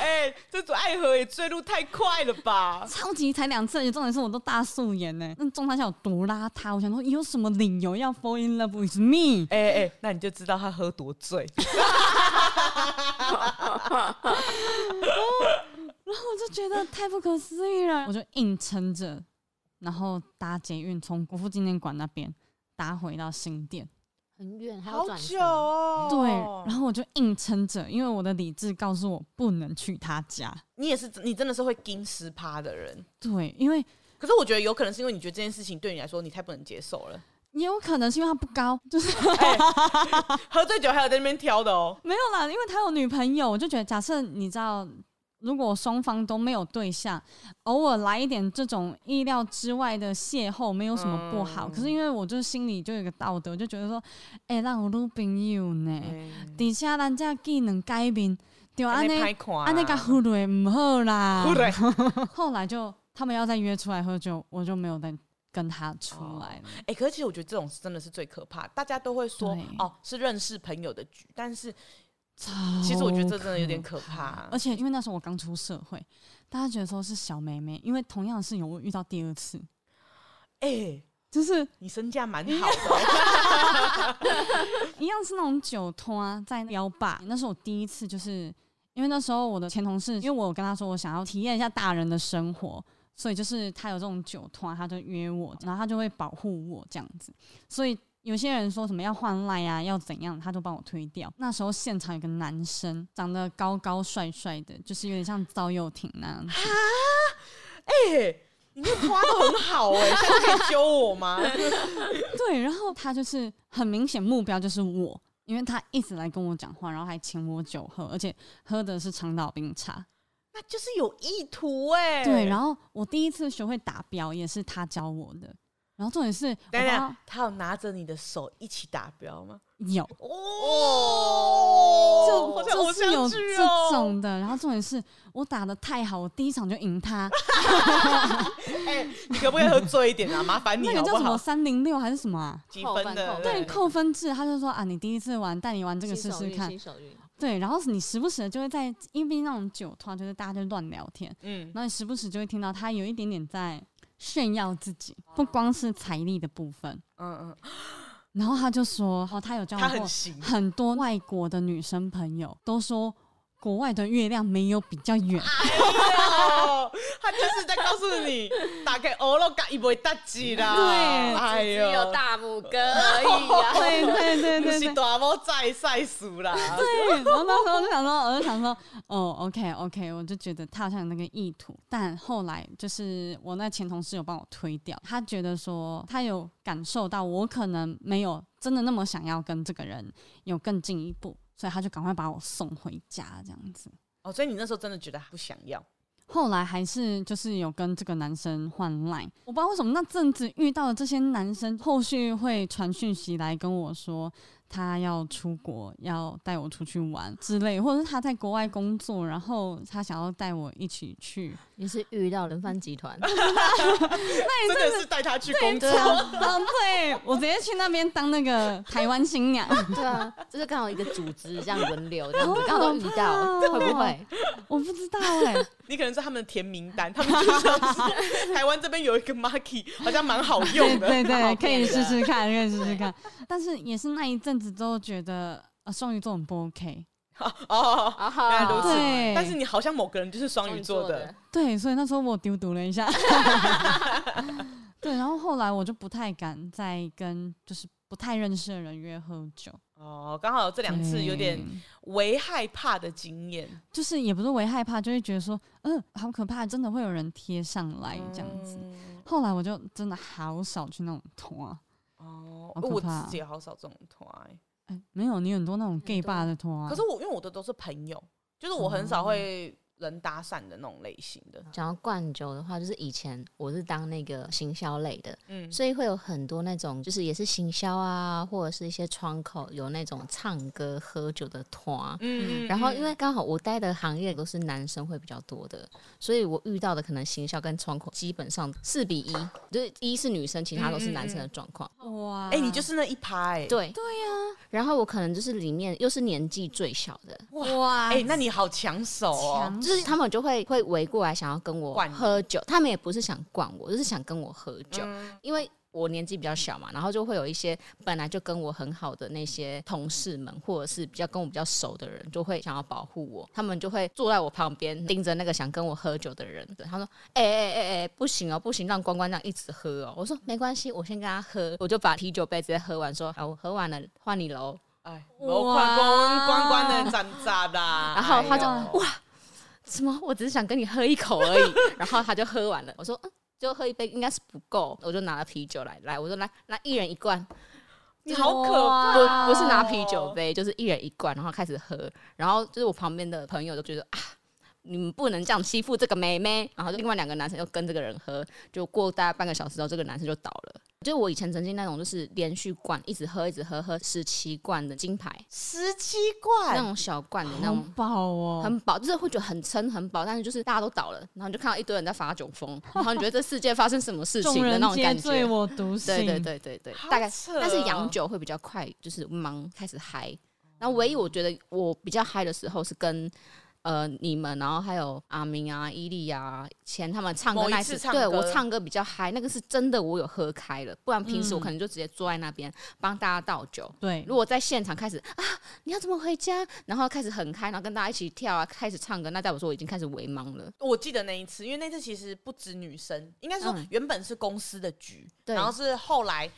B: 哎、这种爱河也坠入太快了吧？
A: 超级才两次而已，重点是我都大素颜呢、那状态下有多邋遢？我想说，有什么理由要 fall in love with me？
B: 哎哎、哎那你就知道他喝多醉，
A: 然后我就觉得太不可思议了，我就硬撑着，然后搭捷运从国父纪念馆那边搭回到新店。
C: 很远，还要
B: 好
C: 转
B: 久
C: 乘
B: 哦。
A: 对，然后我就硬撑着，因为我的理智告诉我不能去他家。
B: 你也是，你真的是会盯十趴的人。
A: 对，因为
B: 可是我觉得有可能是因为你觉得这件事情对你来说你太不能接受了，
A: 也有可能是因为他不高，就是
B: 喝醉酒还有在那边挑的哦。
A: 没有啦，因为他有女朋友，我就觉得假设你知道如果双方都没有对象，偶尔来一点这种意料之外的邂逅，没有什么不
B: 嗯
A: 好。可是因为我就心里就有一个道德，就觉得说，哎、让我女朋友呢，底下咱这技能改变，对安尼
B: 拍啊垮，
A: 安尼啊个忽略唔好啦。
B: 忽略
A: 后来就他们要再约出来喝酒，我就没有再跟他出来了。
B: 哎、可是其实我觉得这种真的是最可怕，大家都会说
A: 对
B: 哦是认识朋友的局，但是哦其实我觉得这真的有点可怕。
A: 而且因为那时候我刚出社会，大家觉得说是小妹妹，因为同样的事情我遇到第二次，
B: 哎、
A: 就是
B: 你身价蛮好的，哦
A: 一样是那种酒托啊，在幺吧。那是我第一次，就是因为那时候我的前同事，因为我有跟他说我想要体验一下大人的生活，所以就是他有这种酒托啊，他就约我，然后他就会保护我这样子。所以有些人说什么要换赖啊，要怎样，他就帮我推掉。那时候现场有个男生，长得高高帅帅的，就是有点像赵又廷那样子。
B: 哎、你那花的很好哎、下次可以揪我吗？
A: 对，然后他就是很明显目标就是我，因为他一直来跟我讲话，然后还请我酒喝，而且喝的是长岛冰茶。
B: 那就是有意图哎、
A: 对，然
B: 后
A: 后我第一次学会打标也是他教我的。然后重点是，我
B: 等
A: 爸
B: 等，他有拿着你的手一起达标吗？
A: 有
B: 哦，
A: 就
B: 好像偶
A: 就是有
B: 像剧
A: 这
B: 哦
A: 种的。然后重点是我打的太好，我第一场就赢他，
B: 哎、你可不可以喝醉一点 啊？麻烦你
A: 那
B: 好
A: 个
B: 不
A: 叫什么
B: 好？
A: 三零六还是什么啊？
B: 几分
C: 扣
B: 的？
C: 分
A: 对，扣分制，他就说啊，你第一次玩，带你玩这个试试看
C: 新。手运，
A: 对，然后你时不时地就会在，因为那种酒团就是大家就乱聊天，
B: 嗯，
A: 然后你时不时就会听到他有一点点在炫耀自己，不光是财力的部分。
B: 嗯嗯，
A: 然后他就说，哦，他有交
B: 他
A: 往
B: 很
A: 过
B: 行，
A: 很多外国的女生朋友都说，国外的月亮没有比较圆。
B: 哦，他就是在告诉你，打给欧洛嘎一不会搭机啦。
A: 对
B: 哎
C: 只
B: 呦，
C: 有大拇 哥而已啊。
A: 对对对
B: 不
A: 对
B: 是
A: 对。
B: 大猫在赛输啦。
A: 对，然后那时候就想说，我就想说，哦，OK OK，我就觉得他好像有那个意图，但后来就是我那前同事有帮我推掉，他觉得说他有感受到我可能没有真的那么想要跟这个人有更进一步，所以他就赶快把我送回家这样子。
B: 哦，所以你那时候真的觉得不想要，
A: 哎后来还是就是有跟这个男生换 line，我不知道为什么那阵子遇到的这些男生，后续会传讯息来跟我说他要出国，要带我出去玩之类，或者是他在国外工作，然后他想要带我一起去，
C: 你是遇到人贩集 团，
B: 真的是带他去工作
A: 对。啊，对我直接去那边当那个台湾新娘，
C: 对啊，就是刚好一个组织这样轮流，这样子刚好都遇到，会不会？
A: 我不知道哎、
B: 你可能是他们的填名单，他们就像 是台湾这边有一个 Marky，好像蛮好啊用的。
A: 对对对，可
C: 好
A: 以
C: 骗
A: 试
C: 的
A: 试看，可以试试看。但是也是那一阵子之后，觉得呃双鱼座很不 OK，
B: 哦，
C: 啊
B: 原来如此。
A: 对，
B: 欸但是你好像某个人就是双鱼座的，
A: 对，所以那时候我丢毒了一下。 对，然后后来我就不太敢再跟就是不太认识的人约喝酒，
B: 哦，刚好有这两次有点
A: 对
B: 为害怕的经验，
A: 就是也不是为害怕，就会觉得说，嗯，好可怕，真的会有人贴上
C: 哎
A: 来这样子。
B: 嗯
A: 后来我就真的好少去那种团、啊，
B: 哦，
A: 好可
B: 我
A: 怕
B: 自己也好少这种团欸、
C: 啊
A: 哎、没有，你很多那种 gay
C: 多
A: 吧的团、啊，
B: 可是我因为我的都是朋友，就是我很
C: 哦
B: 少会人搭讪的那种类型的。
C: 讲到灌酒的话，就是以前我是当那个行销类的，
B: 嗯，
C: 所以会有很多那种就是也是行销啊，或者是一些窗口有那种唱歌喝酒的团。
B: 嗯
C: 然后，因为刚好我待的行业都是男生会比较多的，所以我遇到的可能行销跟窗口基本上四比一，就是一是女生，其他
B: 嗯
C: 都是男生的状况。
A: 哇，
B: 哎、你就是那一趴哎、
C: 对，啊
A: 对呀、
C: 然后我可能就是里面又是年纪最小的，
A: 哇
C: 啊
B: 哎、那你好抢手哦、
A: 强
C: 就是他们就会会围过来想要跟我
B: 灌你
C: 喝酒，他们也不是想灌我，就是想跟我喝酒，
B: 嗯
C: 因为。我年纪比较小嘛，然后就会有一些本来就跟我很好的那些同事们，或者是比较跟我比较熟的人，就会想要保护我，他们就会坐在我旁边盯着那个想跟我喝酒的人。对他说：“哎哎哎哎，不行哦，不行，让关关这样一直喝哦。”我说：“没关系，我先跟他喝。”我就把啤酒杯直接喝完，说：“好，我喝完了，换你喽。”
B: 哎，
A: 哇
B: 我快光关关的长大 啦。
C: 然后他就
B: 哎呦
C: 哇，什么？我只是想跟你喝一口而已。 然后他就喝完了，我说嗯，就喝一杯应该是不够，我就拿了啤酒来，来，我说来，来一人一罐，
B: 你好可怕、
C: 不
B: 哦
C: 不是拿啤酒杯，就是一人一罐，然后开始喝。然后就是我旁边的朋友都觉得啊。你们不能这样欺负这个妹妹。然后另外两个男生又跟这个人喝，就过大概半个小时之后，这个男生就倒了。就我以前曾经那种，就是连续灌，一直喝，一直喝，喝十七罐的金牌，
B: 十七
C: 那
B: 罐，
C: 种小罐的那
A: 好
C: 种
A: 饱哦，
C: 很饱，就是会觉得很撑很饱，但是就是大家都倒了，然后你就看到一堆人在发酒疯，然后你觉得这世界发生什么事情
A: 众
C: 的
A: 人
C: 那种
A: 皆
C: 感
A: 醉
C: 觉。
A: 我独醒，
C: 对对对对对，
B: 好
C: 大概。
B: 扯哦
C: 但是洋酒会比较快，就是忙开始嗨。然后唯一我觉得我比较嗨的时候是跟呃你们，然后还有阿明啊、伊利啊、钱他们唱歌
B: 某一
C: 那
B: 次唱
C: 对
B: 歌
C: 我唱歌比较嗨，那个是真的我有喝开了，不然平
B: 嗯
C: 时我可能就直接坐在那边帮大家倒酒。
A: 对
C: 如果在现场开始啊，你要怎么回家？然后开始很开，然后跟大家一起跳啊，开始唱歌，那代表说我已经开始微茫了。
B: 我记得那一次，因为那次其实不止女生，应该说
C: 嗯
B: 原本是公司的局，
C: 对
B: 然后是后来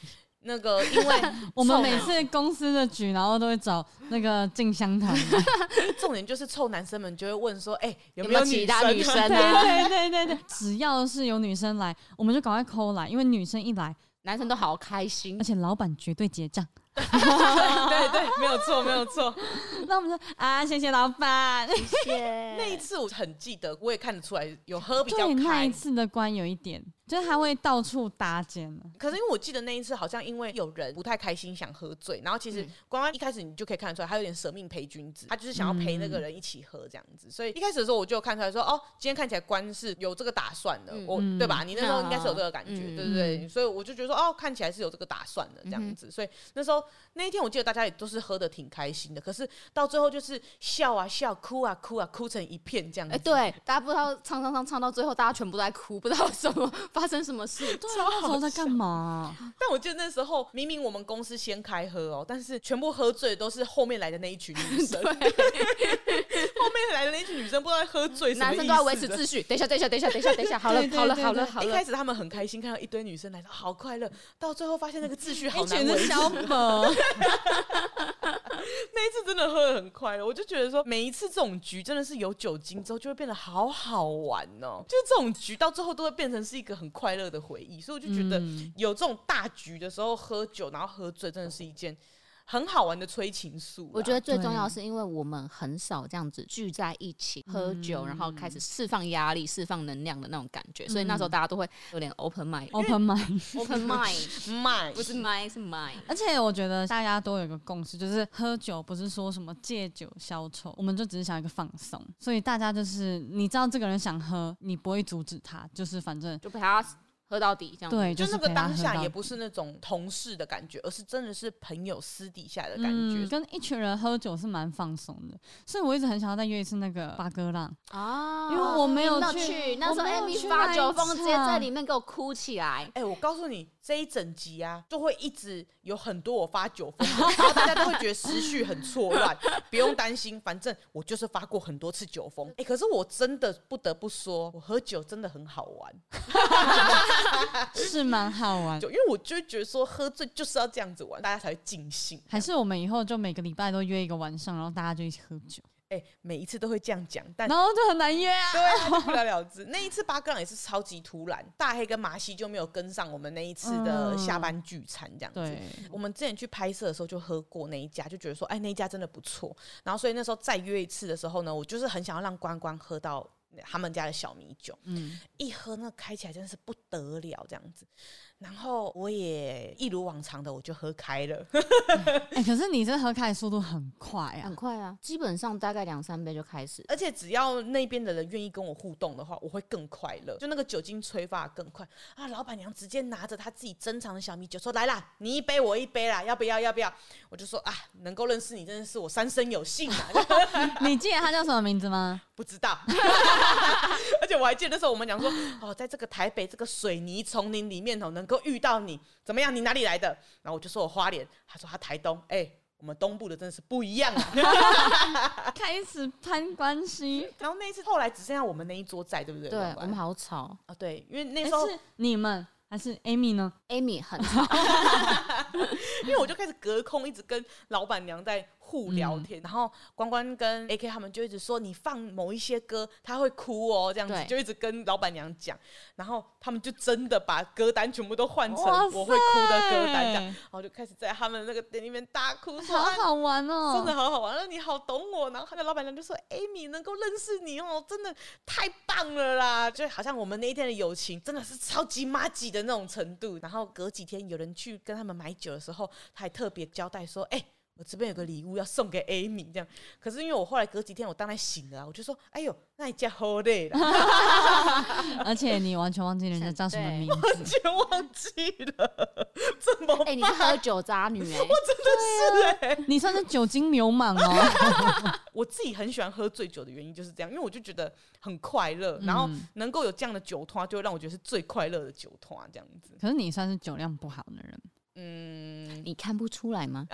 B: 那个因为
A: 我们
B: 臭
A: 每次公司的局，然后都会找那个静香堂，
B: 重点就是臭男生们就会问说，哎、
C: 有
B: 有没
C: 没有
B: 女
C: 其他女
B: 生
C: 生
A: 对
C: 啊？
A: 对对对对， 只要是有女生来，我们就赶快抠来，因为女生一来，
C: 男生都好开心
A: 而，且老板绝对结账。
B: 对对，没有错，没有 错。
A: 那我们说啊，谢谢老板。
B: 那一次我很记得，我也看得出来有喝比较
A: 对，那一
B: 开。
A: 次的关有一点，就是他会到处搭 肩
B: 可是因为我记得那一次好像因为有人不太开心想喝醉，然后其实
A: 嗯
B: 关关一开始你就可以看得出来，他有点舍命陪君子，他就是想要陪那个人一起喝这样
A: 嗯
B: 子。所以一开始的时候我就有看出来说，哦，今天看起来关是有这个打算的，
C: 嗯
B: 我
A: 嗯
B: 对吧？你那时候应该是有这个感觉，
C: 嗯
B: 对不对？所以我就觉得说，哦，看起来是有这个打算的这样子。
A: 嗯
B: 所以那时候那一天我记得大家也都是喝的挺开心的，可是到最后就是笑啊笑，哭啊哭啊，哭成一片这样
C: 哎、
B: 子。
A: 啊
C: 对，大家不知道唱唱唱唱到最后，大家全部都在哭，不知道什么发生什么事。
A: 对啊，那时候 在干嘛啊、
B: 但我记得那时候明明我们公司先开喝哦，但是全部喝醉的都是后面来的那一群 女生， 后面来的那一群女生不知道在喝醉什么
C: 男
B: 意思
C: 生都
B: 的，
C: 要维持秩序。等一下，等一下，等一下，等一下，等一下，好了
A: 对，对
C: 好了，
A: 对
C: 好了，
A: 对
C: 好
B: 一
C: 了
B: 开。始他们很开心，看到一堆女生来，好快乐。到最后发现那个秩序好
A: 一
B: 难
A: 群
B: 维
A: 是
B: 持。
A: 小本，
B: 那一次真的喝的很快乐，我就觉得说，每一次这种局真的是有酒精之后就会变得好好玩哦。就是这种局到最后都会变成是一个很快乐的回忆，所以我就觉得
A: 嗯
B: 有这种大局的时候喝酒，然后喝醉，真的是一件很好玩的催情素啦。
C: 我觉得最重
A: 对
C: 要是因为我们很少这样子聚在一起喝酒，然后开始释放压力、释放能量的那种感觉，所以那时候大家都会有点嗯 open mind，open
A: open mind。
C: mind
B: 慢，
C: 不是 mind 是 mind。
A: 而且我觉得大家都有一个共识，就是喝酒不是说什么借酒消愁，我们就只是想一个放松。所以大家就是你知道这个人想喝，你不会阻止他，就是反正
C: 就陪他喝到底这样子。
A: 对，
B: 就是那个
A: 陪他
B: 当
A: 喝
B: 下
A: 到
B: 也
A: 底
B: 不是那种同事的感觉，而是真的是朋友私底下的感
A: 嗯，
B: 觉。
A: 跟一群人喝酒是蛮放松的，所以我一直很想要再约一次那个 八哥浪。
C: 啊
A: 因为我没有
C: 那
A: 去
C: 去，那
A: 我
C: 时候
A: 没有
C: Amy
A: 去
C: 发
A: 那一
C: 酒疯，直接在
A: 场
C: 里面给我哭起来。
B: 哎、我告诉你，这一整集啊，就会一直有很多我发酒疯的，然后大家都会觉得思绪很错乱， 不用担心，反正我就是发过很多次酒疯。哎、可是我真的不得不说，我喝酒真的很好玩，
A: 是蛮好玩。
B: 就因为我就会觉得说，喝醉就是要这样子玩，大家才会尽兴。
A: 还是我们以后就每个礼拜都约一个晚上，然后大家就一起喝酒，
B: 哎、每一次都会这样讲，但
A: 然后就很难约啊。
B: 对，他就不了了之。那一次八哥也是超级突然，大黑跟麻西就没有跟上我们那一次的下班聚餐这样子。
A: 嗯对，
B: 我们之前去拍摄的时候就喝过那一家，就觉得说，哎，那一家真的不错。然后所以那时候再约一次的时候呢，我就是很想要让关关喝到他们家的小米酒，
A: 嗯，
B: 一喝那开起来真的是不得了这样子。然后我也一如往常的我就喝开了，
A: 哎、可是你这喝开的速度很快啊
C: 很。快啊，基本上大概两三杯就开始。
B: 而且只要那边的人愿意跟我互动的话，我会更快乐，就那个酒精催发得更快啊！老板娘直接拿着她自己珍藏的小米酒说：“来啦，你一杯我一杯啦，要不要？要不要？”我就说：“啊，能够认识你真的是我三生有幸啊！”
A: 你记得他叫什么名字 吗？
B: 不知道， 而且我还记得那时候我们讲说，哦，在这个台北这个水泥丛林里面哦，能够遇到你，怎么样？你哪里来的？然后我就说我花莲，他说他台东，哎、我们东部的真的是不一样啊！
A: 开始攀关系。
B: 然后那一次后来只剩下我们那一桌在，对不对？
C: 对
B: 老板
C: 我们好吵
B: 哦，对，因为那
A: 哎、
B: 时候、
A: 是你们还是 Amy 呢？
C: ，Amy 很吵，
B: 因为我就开始隔空一直跟老板娘在
A: 嗯
B: 互聊天，然后关关跟 AK 他们就一直说你放某一些歌他会哭哦，这样子
C: 对
B: 就一直跟老板娘讲，然后他们就真的把歌单全部都换成
A: 哇
B: 我会哭的歌单这
A: 塞
B: 样，然后就开始在他们那个店里面大哭说
A: 好
B: 啊
A: 好玩哦、
B: 真的好好玩，那你好懂我。然后他的老板娘就说：“Amy 能够认识你哦，真的太棒了啦！”就好像我们那一天的友情真的是超级妈吉的那种程度。然后隔几天有人去跟他们买酒的时候，他还特别交代说：“哎、我这边有个礼物要送给 Amy。”这样，可是因为我后来隔几天我当然醒了、啊，我就说：“哎呦，那你家好累了，
A: 而且你完全忘记人家叫什么名 字，
B: 全忘记了，怎么办？”
C: 哎、你是喝酒渣女 哎、
A: 你算是酒精流氓哦、
B: 我自己很喜欢喝醉酒的原因就是这样，因为我就觉得很快乐，然后能够有这样的酒托，就会让我觉得是最快乐的酒托这样子。
A: 可是你算是酒量不好的人，
B: 嗯，
C: 你看不出来吗？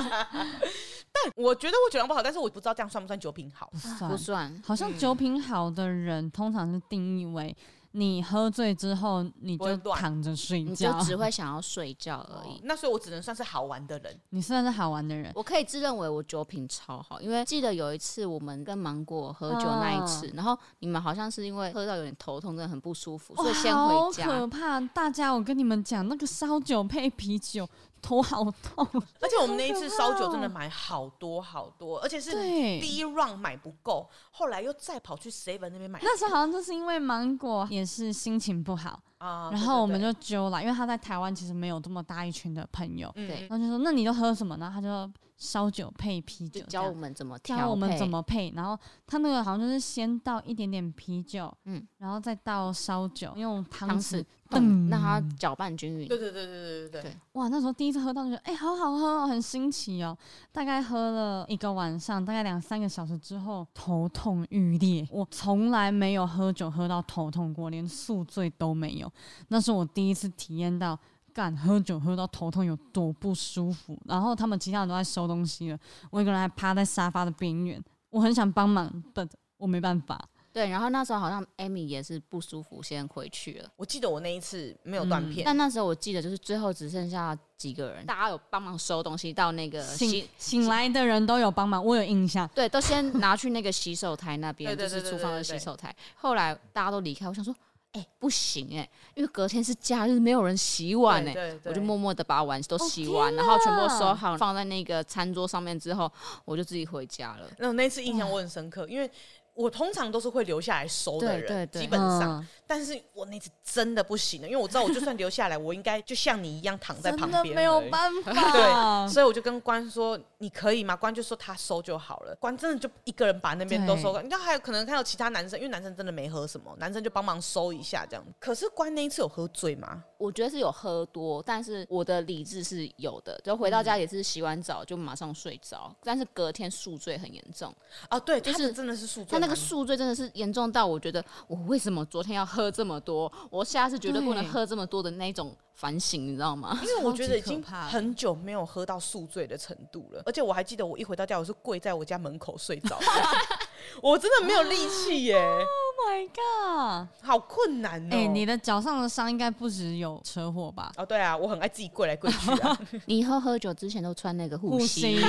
B: 但我觉得我酒量不好，但是我不知道这样算不算酒品好
A: 不。算
C: 不。算，
A: 好像酒品好的人，通常是定义为你喝醉之后，你
B: 不会
A: 就
B: 乱
A: 躺着睡
C: 你就
A: 觉，
C: 只会想要睡觉而
A: 哦
C: 已。
B: 那所以我只能算是好玩的人。
A: 你算是好玩的人。
C: 我可以自认为我酒品超好，因为记得有一次我们跟芒果喝酒那一
A: 嗯
C: 次，然后你们好像是因为喝到有点头痛，真的很不舒服，所以先
A: 哇好
C: 回
A: 可
C: 家。
A: 怕！大家，我跟你们讲，那个烧酒配啤酒，头好痛。
B: 而且我们那一次烧酒真的买好多好多，而且是
A: 对
B: 第一 round 买不够，后来又再跑去 seven 那边买
A: 那时候好像就是因为芒果也是心情不好，
B: 啊。
A: 然后我们
B: 对对
A: 就揪了，因为他在台湾其实没有这么大一群的朋友，
B: 对
C: 对
B: 嗯
A: 然后就说那你都喝什么？然后他就烧酒配啤酒
C: 就
A: 这样，
C: 教我们怎么
A: 教
C: 调
A: 我们
C: 配
A: 怎么配。然后他那个好像就是先倒一点点啤酒，
C: 嗯
A: 然后再倒烧酒，用汤
C: 汤
A: 匙
C: 匙。
A: 噔
C: 动，让它搅拌均匀
B: 对。对对对对对对
C: 对
A: 哇，那时候第一次喝到就觉得，哎、好好喝哦，很新奇哦。大概喝了一个晚上，大概两三个小时之后，头痛欲裂。我从来没有喝酒喝到头痛过，连宿醉都没有。那是我第一次体验到。干喝酒喝到头痛有多不舒服，然后他们其他人都在收东西了，我一个人还趴在沙发的边缘，我很想帮忙，but 我没办法。
C: 对，然后那时候好像 Amy 也是不舒服，先回去了。
B: 我记得我那一次没有断片，
A: 嗯
C: 但那时候我记得就是最后只剩下几个人，大家有帮忙收东西到那
B: 呃
C: 个
A: 醒
C: 洗，
A: 醒来的人都有帮忙，我有印象。
C: 对，都先拿去那个洗手台那边，
B: 对
C: 就
B: 对
C: 是
B: 对对
C: 厨房
B: 对
C: 的
B: 对
C: 洗
B: 对
C: 手台。后来大家都离开，我想说，哎、不行哎、因为隔天是假日，没有人洗碗
A: 欸
C: 哎、
B: 对对对
C: 我就默默的把碗都洗
A: 天
C: 完，然后全部
A: 啊
C: 收好，放在那个餐桌上面之后，我就自己回家了。
B: 那那次印象我很深刻，因为我通常都是会留下来收的
C: 对
B: 人，
C: 对对
B: 基本上。
A: 嗯
B: 但是我那次真的不行了，因为我知道我就算留下来，我应该就像你一样躺在旁
A: 真的
B: 边，
A: 没有。办法。
B: 对，所以我就跟关说：“你可以吗？”关就说他收就好了。关真的就一个人把那边都收
A: 对
B: 干，你知道还有可能看到其他男生，因为男生真的没喝什么，男生就帮忙收一下这样。可是关那一次有喝醉吗？
C: 我觉得是有喝多，但是我的理智是有的，就
A: 嗯
C: 回到家也是洗完澡就马上睡着，但是隔天宿醉很严重，
B: 哦，对，
C: 就是
B: 他是真的是宿
C: 他
B: 醉
C: 那
B: 吗，
A: 啊
C: 个宿醉真的是严重到我觉得我为什么昨天要喝这么多，我下次绝对不能
A: 对
C: 喝这么多的那种反省，你知道吗？
B: 因为我觉得已
A: 超级
B: 经
A: 可怕
B: 很久没有喝到宿醉的程度了，而且我还记得我一回到家，我是跪在我家门口睡着的， 我真的没有力气耶，
A: Oh my god！
B: 好困难哦。
A: 哎、你的脚上的伤应该不止有车祸吧？
B: 哦，对啊，我很爱自己跪来跪去 啊。
C: 你以后喝酒之前都穿那个护膝，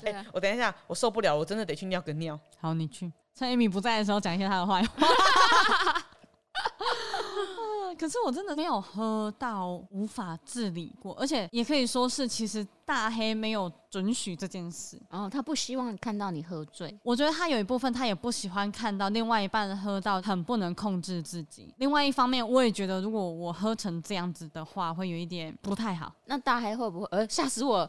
C: 对啊
B: 我等一下，我受不了，我真的得去尿个尿。
A: 好，你去。趁 Amy 不在的时候讲一些她的坏话。啊可是我真的没有喝到无法自理过，而且也可以说是，其实大黑没有准许这件事。
C: 然后他不希望看到你喝醉，
A: 我觉得他有一部分他也不喜欢看到另外一半喝到很不能控制自己。另外一方面，我也觉得如果我喝成这样子的话，会有一点不太好。
C: 那大黑会不会？呃，吓死我！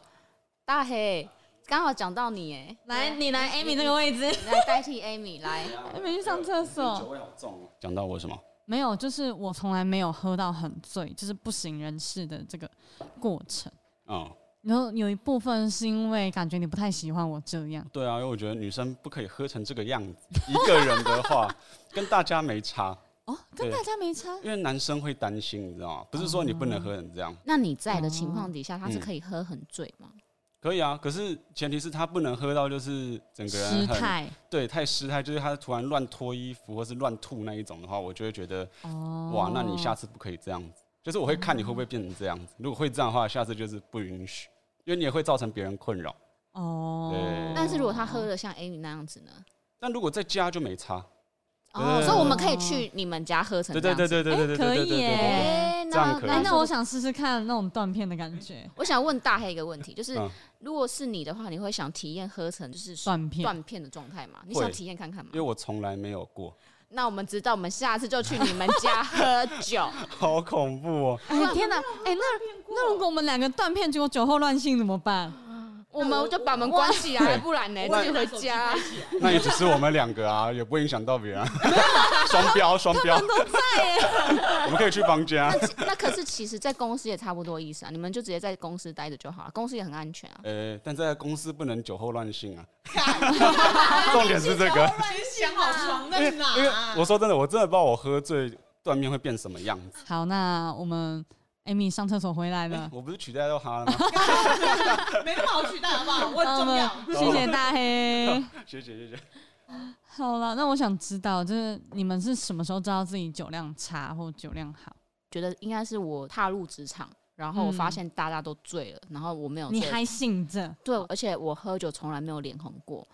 C: 大黑刚好讲到你哎，
A: 来，你来 Amy 这个位置
C: 来代替 Amy 来。
A: ，Amy 哎去上厕所
D: 酒。味好重哦。讲到我什么？
A: 呃没有，就是我从来没有喝到很醉，就是不省人事的这个过程。
D: 嗯，
A: 然后有一部分是因为感觉你不太喜欢我这样，
D: 对啊，因为我觉得女生不可以喝成这个样子。一个人的话，跟大家没差，
A: 哦，跟
D: 对
A: 大家没差。
D: 因为男生会担心，你知道吗？不是说你不能喝成这样，
C: 那你在的
A: 哦
C: 情况底下，他是可以喝很醉吗？
D: 可以啊。可是前提是他不能喝到就是整个
A: 失
D: 人啊很
A: 态
D: 对太失态，就是他突然乱脱衣服或是乱吐那一种的话，我就会觉得
A: 哦，
D: 哇，那你下次不可以这样子。就是我会看你会不会变成这样子，如果会这样的话，下次就是不允许。因为你也会造成别人困扰。
A: 哦
D: 对。
C: 但是如果他喝的像 Amy 那样子呢？
D: 但如果在家就没差。
C: 哦，
D: 对
C: 所以我们可以去你们家喝成这
D: 对对
C: 样
D: 对
C: 子。
D: 对对对对
A: 哎
D: 对
A: 可
D: 对
A: 以
D: 对
A: 耶
D: 对。
C: 哎，
D: 这样
C: 那
D: 可以
A: 哎，那我
C: 想
A: 想试试看那种断片的感觉，
C: 我想问大黑一个问题，就是
D: 嗯
C: 如果是你的话，你会想体验喝成就是
A: 断片。
C: 断片的状态吗？你想
D: 会
C: 体验看看吗
D: 因为？我从来没有过，
C: 那我们知道，我们下次就去你们家喝酒。
D: 好恐怖哦！
A: 哎天哪！哎，那那如果我们两个断片，结果酒后乱性怎么 办？
C: 我们就把门关起来，不然呢自己回家。
D: 那也只是我们两个啊， 也不会影响到别人、啊。双标，双标， 我们可以去房 间啊
C: 那。其那可是其实，在公司也差不多意思啊，你们就直接在公司待着就好了，公司也很安全啊。
D: 呃，但在公司不能酒后乱性啊。重点是这个，
B: 想好床
D: 因为因为我说真的，我真的不知道我喝醉断面会变什么样子。
A: 好，那我们 Amy 上厕所回来
D: 哎
A: 了。
D: 我不是取代到他了吗？
B: 没那么好取代，好不好？我
A: 那我
B: 很重
A: 们
B: 要。
A: 谢谢大黑。
D: 谢谢谢谢。
A: 好了，那我想知道，就是你们是什么时候知道自己酒量差或酒量好？
C: 觉得应该是我踏入职场，然后我发现大家都醉了，然后我没有
A: 嗯
C: 醉
A: 你还醒着？
C: 对，而且我喝酒从来没有脸红过，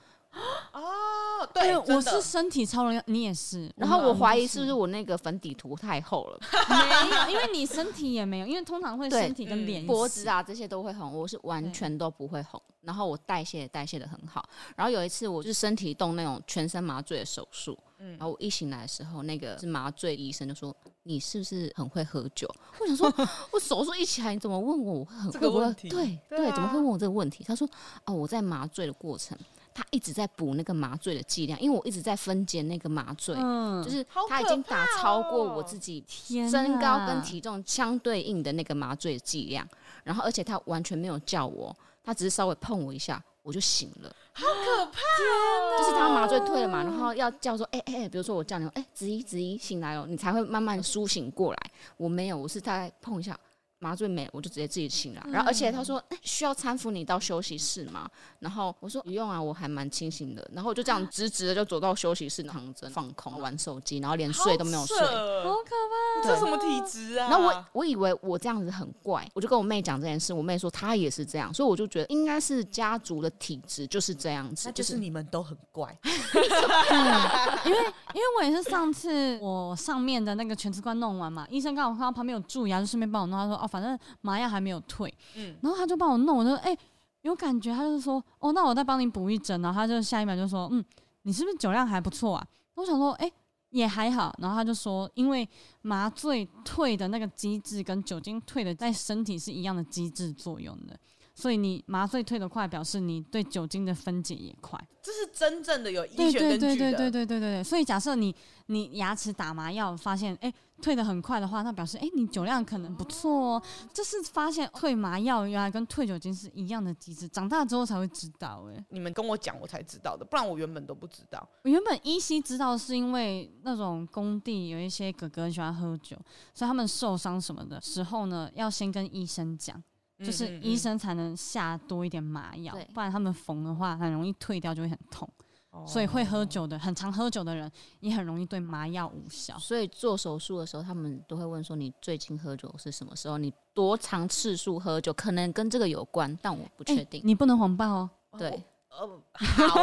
B: 哦，对，
A: 哎我
B: 真的
A: 是身体超人，你也是。
C: 然后
A: 们
C: 我怀疑
A: 们
C: 是不是我那个粉底涂太厚了，
A: 没有，因为你身体也没有，因为通常会
C: 对
A: 身体跟
B: 嗯
A: 脸一起
C: 脖子啊这些都会红，我是完全都不会红。然后我代谢也代谢的很好。然后有一次我就是身体动那种全身麻醉的手术，
B: 嗯
C: 然后我一醒来的时候，那个是麻醉医生就说你是不是很会喝酒？ 我想说，我手术一起来，你怎么问我我很
B: 这
C: 会
B: 个
C: 不会
B: 问？题
C: 对
B: 对
C: 对，
B: 啊
C: 怎么会问我这个问题？他说哦，我在麻醉的过程，他一直在补那个麻醉的剂量，因为我一直在分解那个麻醉。
A: 嗯
C: 就是
B: 好
C: 他已
B: 可
C: 经打
B: 怕
C: 超过我
B: 哦
C: 自己
A: 天啊
C: 身高跟
A: 哪
C: 体重相对应的那个麻醉剂量，然后而且他完全没有叫我，他只是稍微碰我一下，我就醒了。
B: 好可怕，哦
C: 就是他麻醉退了嘛，然后要叫说，哎、哎、比如说我叫你，哎、子怡子怡醒来哦，你才会慢慢苏醒过来。我没有，我是大概碰一下麻醉没，我就直接自己醒来。然后而且他说，哎、需要搀扶你到休息室吗？然后我说不用啊，我还蛮清醒的。然后我就这样直直的就走到休息室躺着放空玩手机，然后连睡都没有睡
B: 好。扯
A: 好可怕。
B: 哦这什么体质啊？
C: 然后我我以为我这样子很怪，我就跟我妹讲这件事，我妹说她也是这样，所以我就觉得应该是家族的体质就是这样子，
B: 那就是你们都很怪，
A: 哎
B: 啊
A: 啊因为我也是上次我上面的那个全瓷冠弄完嘛，医生刚好看到旁边有蛀牙，就顺便帮我弄。他说哦，反正麻药还没有退，
B: 嗯
A: 然后他就帮我弄，我就哎、有感觉，他就说哦，那我再帮你补一针。然后他就下一秒就说嗯，你是不是酒量还不错啊？我想说哎、也还好。然后他就说因为麻醉退的那个机制跟酒精退的在身体是一样的机制作用的，所以你麻醉退的快，表示你对酒精的分解也快。
B: 这是真正的有
A: 对
B: 医学
A: 对
B: 根
A: 对对对
B: 据
A: 对
B: 的。
A: 对对对，所以假设你你牙齿打麻药发现哎、退的很快的话，那表示哎、你酒量可能不错哦。这是发现退麻药原来跟退酒精是一样的机制，长大之后才会知道哎、
B: 你们跟我讲，我才知道的，不然我原本都不知道。
A: 我原本依稀知道是因为那种工地有一些哥哥喜欢喝酒，所以他们受伤什么的时候呢，要先跟医生讲。就是
B: 嗯嗯
A: 医生才能下多一点麻药
C: 对，
A: 不然他们缝的话很容易退掉，就会很痛。
B: 嗯
A: 所以会喝酒的、很常喝酒的人，也很容易对麻药无效。
C: 所以做手术的时候，他们都会问说你最近喝酒是什么时候，你多长次数喝酒，可能跟这个有关，但我不确定。
A: 欸你不能谎报 哦。
C: 对，
B: 哎哦好，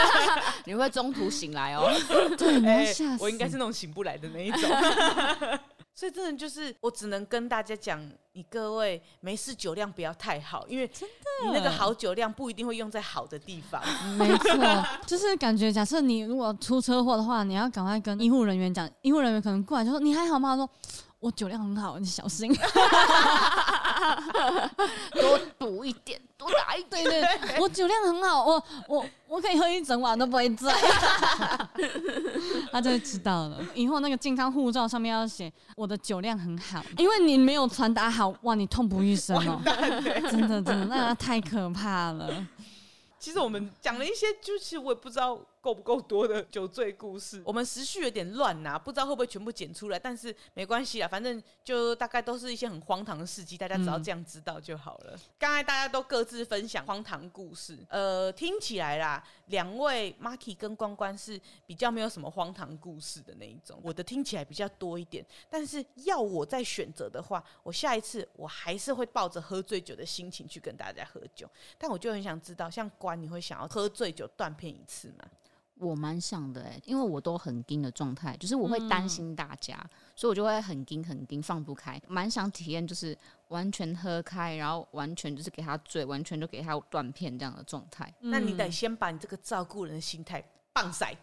C: 你会中途醒来哦。
A: 对，你要
B: 哎
A: 吓死。
B: 我应该是那种醒不来的那 一种。所以真的就是，我只能跟大家讲，你各位没事酒量不要太好，因为你
A: 嗯
B: 那个好酒量不一定会用在好的地方。
A: 没错，就是感觉，假设你如果出车祸的话，你要赶快跟医护人员讲，医护人员可能过来就说你还好吗？他说我酒量很好，你小心。
C: 多补一点，多打一点。
A: 对对，我酒量很好，我我我可以喝一整晚都不会 醉。他就会知道了，以后那个健康护照上面要写我的酒量很好，因为你没有传达好，哇，你痛不欲生哦、真的真的，那太可怕了。
B: 其实我们讲了一些，就是我也不知道够不够多的酒醉故事。我们时序有点乱呐、不知道会不会全部剪出来，但是没关系啊啦，反正就大概都是一些很荒唐的事迹，大家只要这样知道就好了。刚、才大家都各自分享荒唐故事，呃，听起来啦，两位 Marky 跟关关是比较没有什么荒唐故事的那一种，我的听起来比较多一点。但是要我再选择的话，我下一次我还是会抱着喝醉酒的心情去跟大家喝酒。但我就很想知道，像关，你会想要喝醉酒断片一次吗？
C: 我蛮想的哎、因为我都很惊的状态，就是我会担心大家，所以我就会很惊很惊，放不开，蛮想体验就是完全喝开，然后完全就是给他醉，完全就给他断片这样的状态。
B: 那你
A: 嗯
B: 得先把你这个照顾人的心态棒塞。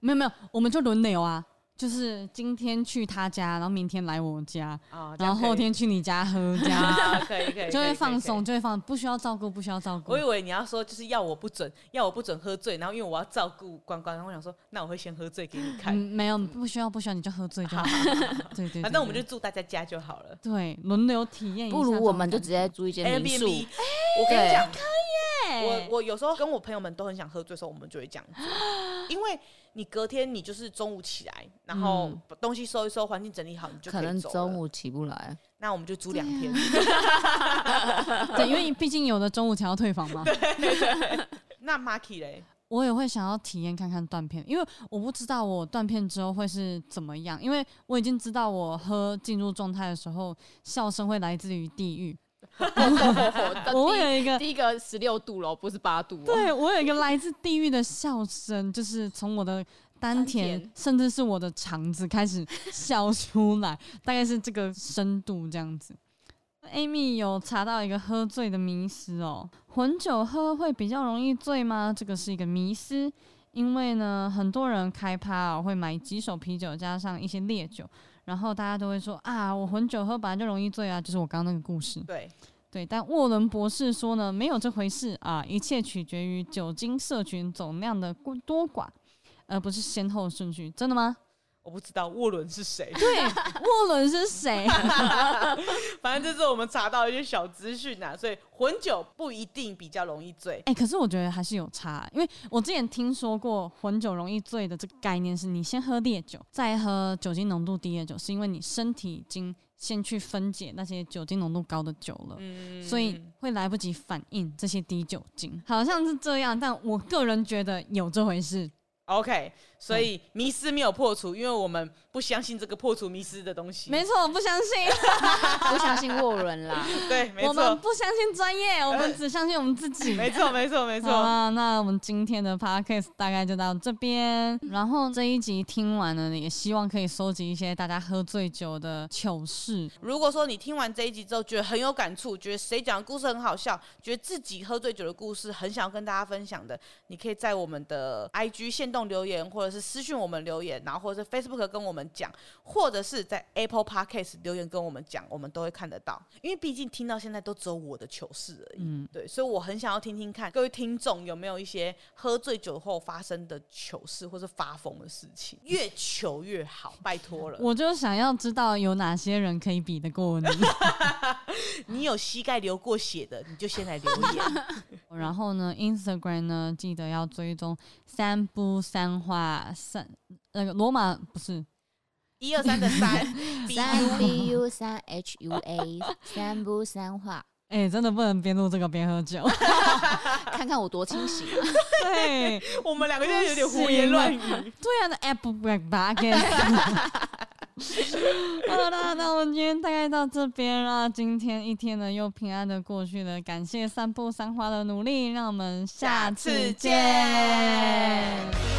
A: 没有没有，我们就轮流啊，就是今天去他家，然后明天来我家，
B: 啊，这
A: 哦然
B: 样
A: 后后
B: 可以
A: 天去你家喝家，
B: 啊，可以可以可以，
A: 就
B: 可
A: 会
B: 以
A: 放松，。
B: 可以
A: 就会放，不需要照顾，不需要照顾
B: 我以。为你要说就是要我不准，要我不准喝醉，然后因为我要照顾关关，然后我想说，那我会先喝醉给你看
A: 嗯，，没有不需要，不需要，你就喝醉就好。 对对对，
B: 反正我们
A: 对
B: 就住大家家就好了。
A: 对轮流体验一下这
C: 不
A: 种感觉。
C: 如我们就直接租一间民宿，
B: Airbnb，我哎跟你讲，
A: 对哎
B: 我我有时候跟我朋友们都很想喝醉的时候，我们就会这样 子，因为你隔天你就是中午起来，然后
A: 嗯
B: 把东西收一收，环境整理好，你就
C: 可能
B: 以走了
C: 中，午起不来。
B: 那我们就租两天。
A: 啊对，因为毕竟有的中午才要退房嘛。
B: 那 Marky 嘞，
A: 我也会想要体验看看断片，因为我不知道我断片之后会是怎么样，因为我已经知道我喝进入状态的时候，笑声会来自于地狱。
C: 呃
A: 我会有一个，
E: 第一个十六度喽，不是八度、哦。
A: 对我有一个来自地狱的笑声，就是从我的丹
E: 丹
A: 田
E: 田，
A: 甚至是我的肠子开始笑出来，大概是这个深度这样子。Amy 有查到一个喝醉的迷思哦，混酒喝会比较容易醉吗？这个是一个迷思，因为呢，很多人开趴、哦、会买几手啤酒加上一些烈酒，然后大家都会说啊，我混酒喝本来就容易醉啊，就是我刚刚那个故事。
B: 对，
A: 对，但沃伦博士说呢，没有这回事啊，一切取决于酒精摄取总量的过多寡，而不是先后顺序。真的吗？
B: 我不知道沃伦是谁，
A: 对，沃伦是谁？
B: 反正这是我们查到一些小资讯啊，所以混酒不一定比较容易醉。
A: 哎、可是我觉得还是有差，因为我之前听说过混酒容易醉的这个概念是，你先喝烈酒，再喝酒精浓度低的酒，是因为你身体已经先去分解那些酒精浓度高的酒了。
B: 嗯
A: 所以会来不及反应这些低酒精，好像是这样，但我个人觉得有这回事。
B: OK，所以迷思没有破除，因为我们不相信这个破除迷思的东西。
A: 没错，我不相信。
C: 不啊相信沃伦啦，
B: 对，没
A: 我们
B: 错，哎
A: 不相信专业，我们只相信我们自己。
B: 没错，没错，没
A: 好
B: 错。
A: 啦，那我们今天的 podcast 大概就到这边。然后这一集听完了，也希望可以收集一些大家喝醉酒的糗事。
B: 如果说你听完这一集之后觉得很有感触，觉得谁讲的故事很好笑，觉得自己喝醉酒的故事很想要跟大家分享的，你可以在我们的 IG 线动留言，或者是私讯我们留言，然后或者是 Facebook 跟我们讲，或者是在 Apple Podcast 留言跟我们讲，我们都会看得到。因为毕竟听到现在都只有我的糗事而已。
A: 嗯，
B: 对，所以我很想要听听看各位听众有没有一些喝醉酒后发生的糗事或是发疯的事情， 越糗越好，拜托了。
A: 我就想要知道有哪些人可以比得过你。
B: 你有膝盖流过血的，你就先来留言。
A: 然后呢，Instagram 呢，记得要追踪三不三花三那个罗马不是
B: 一二三的三，B
C: 三
B: U
C: B U 三 H U A 三不三话，
A: 哎、真的不能边录这个边喝酒。
C: 看看我多清醒、啊。
A: 对。
B: 我们两个就是有点胡言乱语。
A: 对啊，那 Apple Black Bucket。好啦，那我们今天大概到这边啦。今天一天呢又平安的过去了，感谢散步三花的努力，让我们下次
B: 下次
A: 见
B: 见。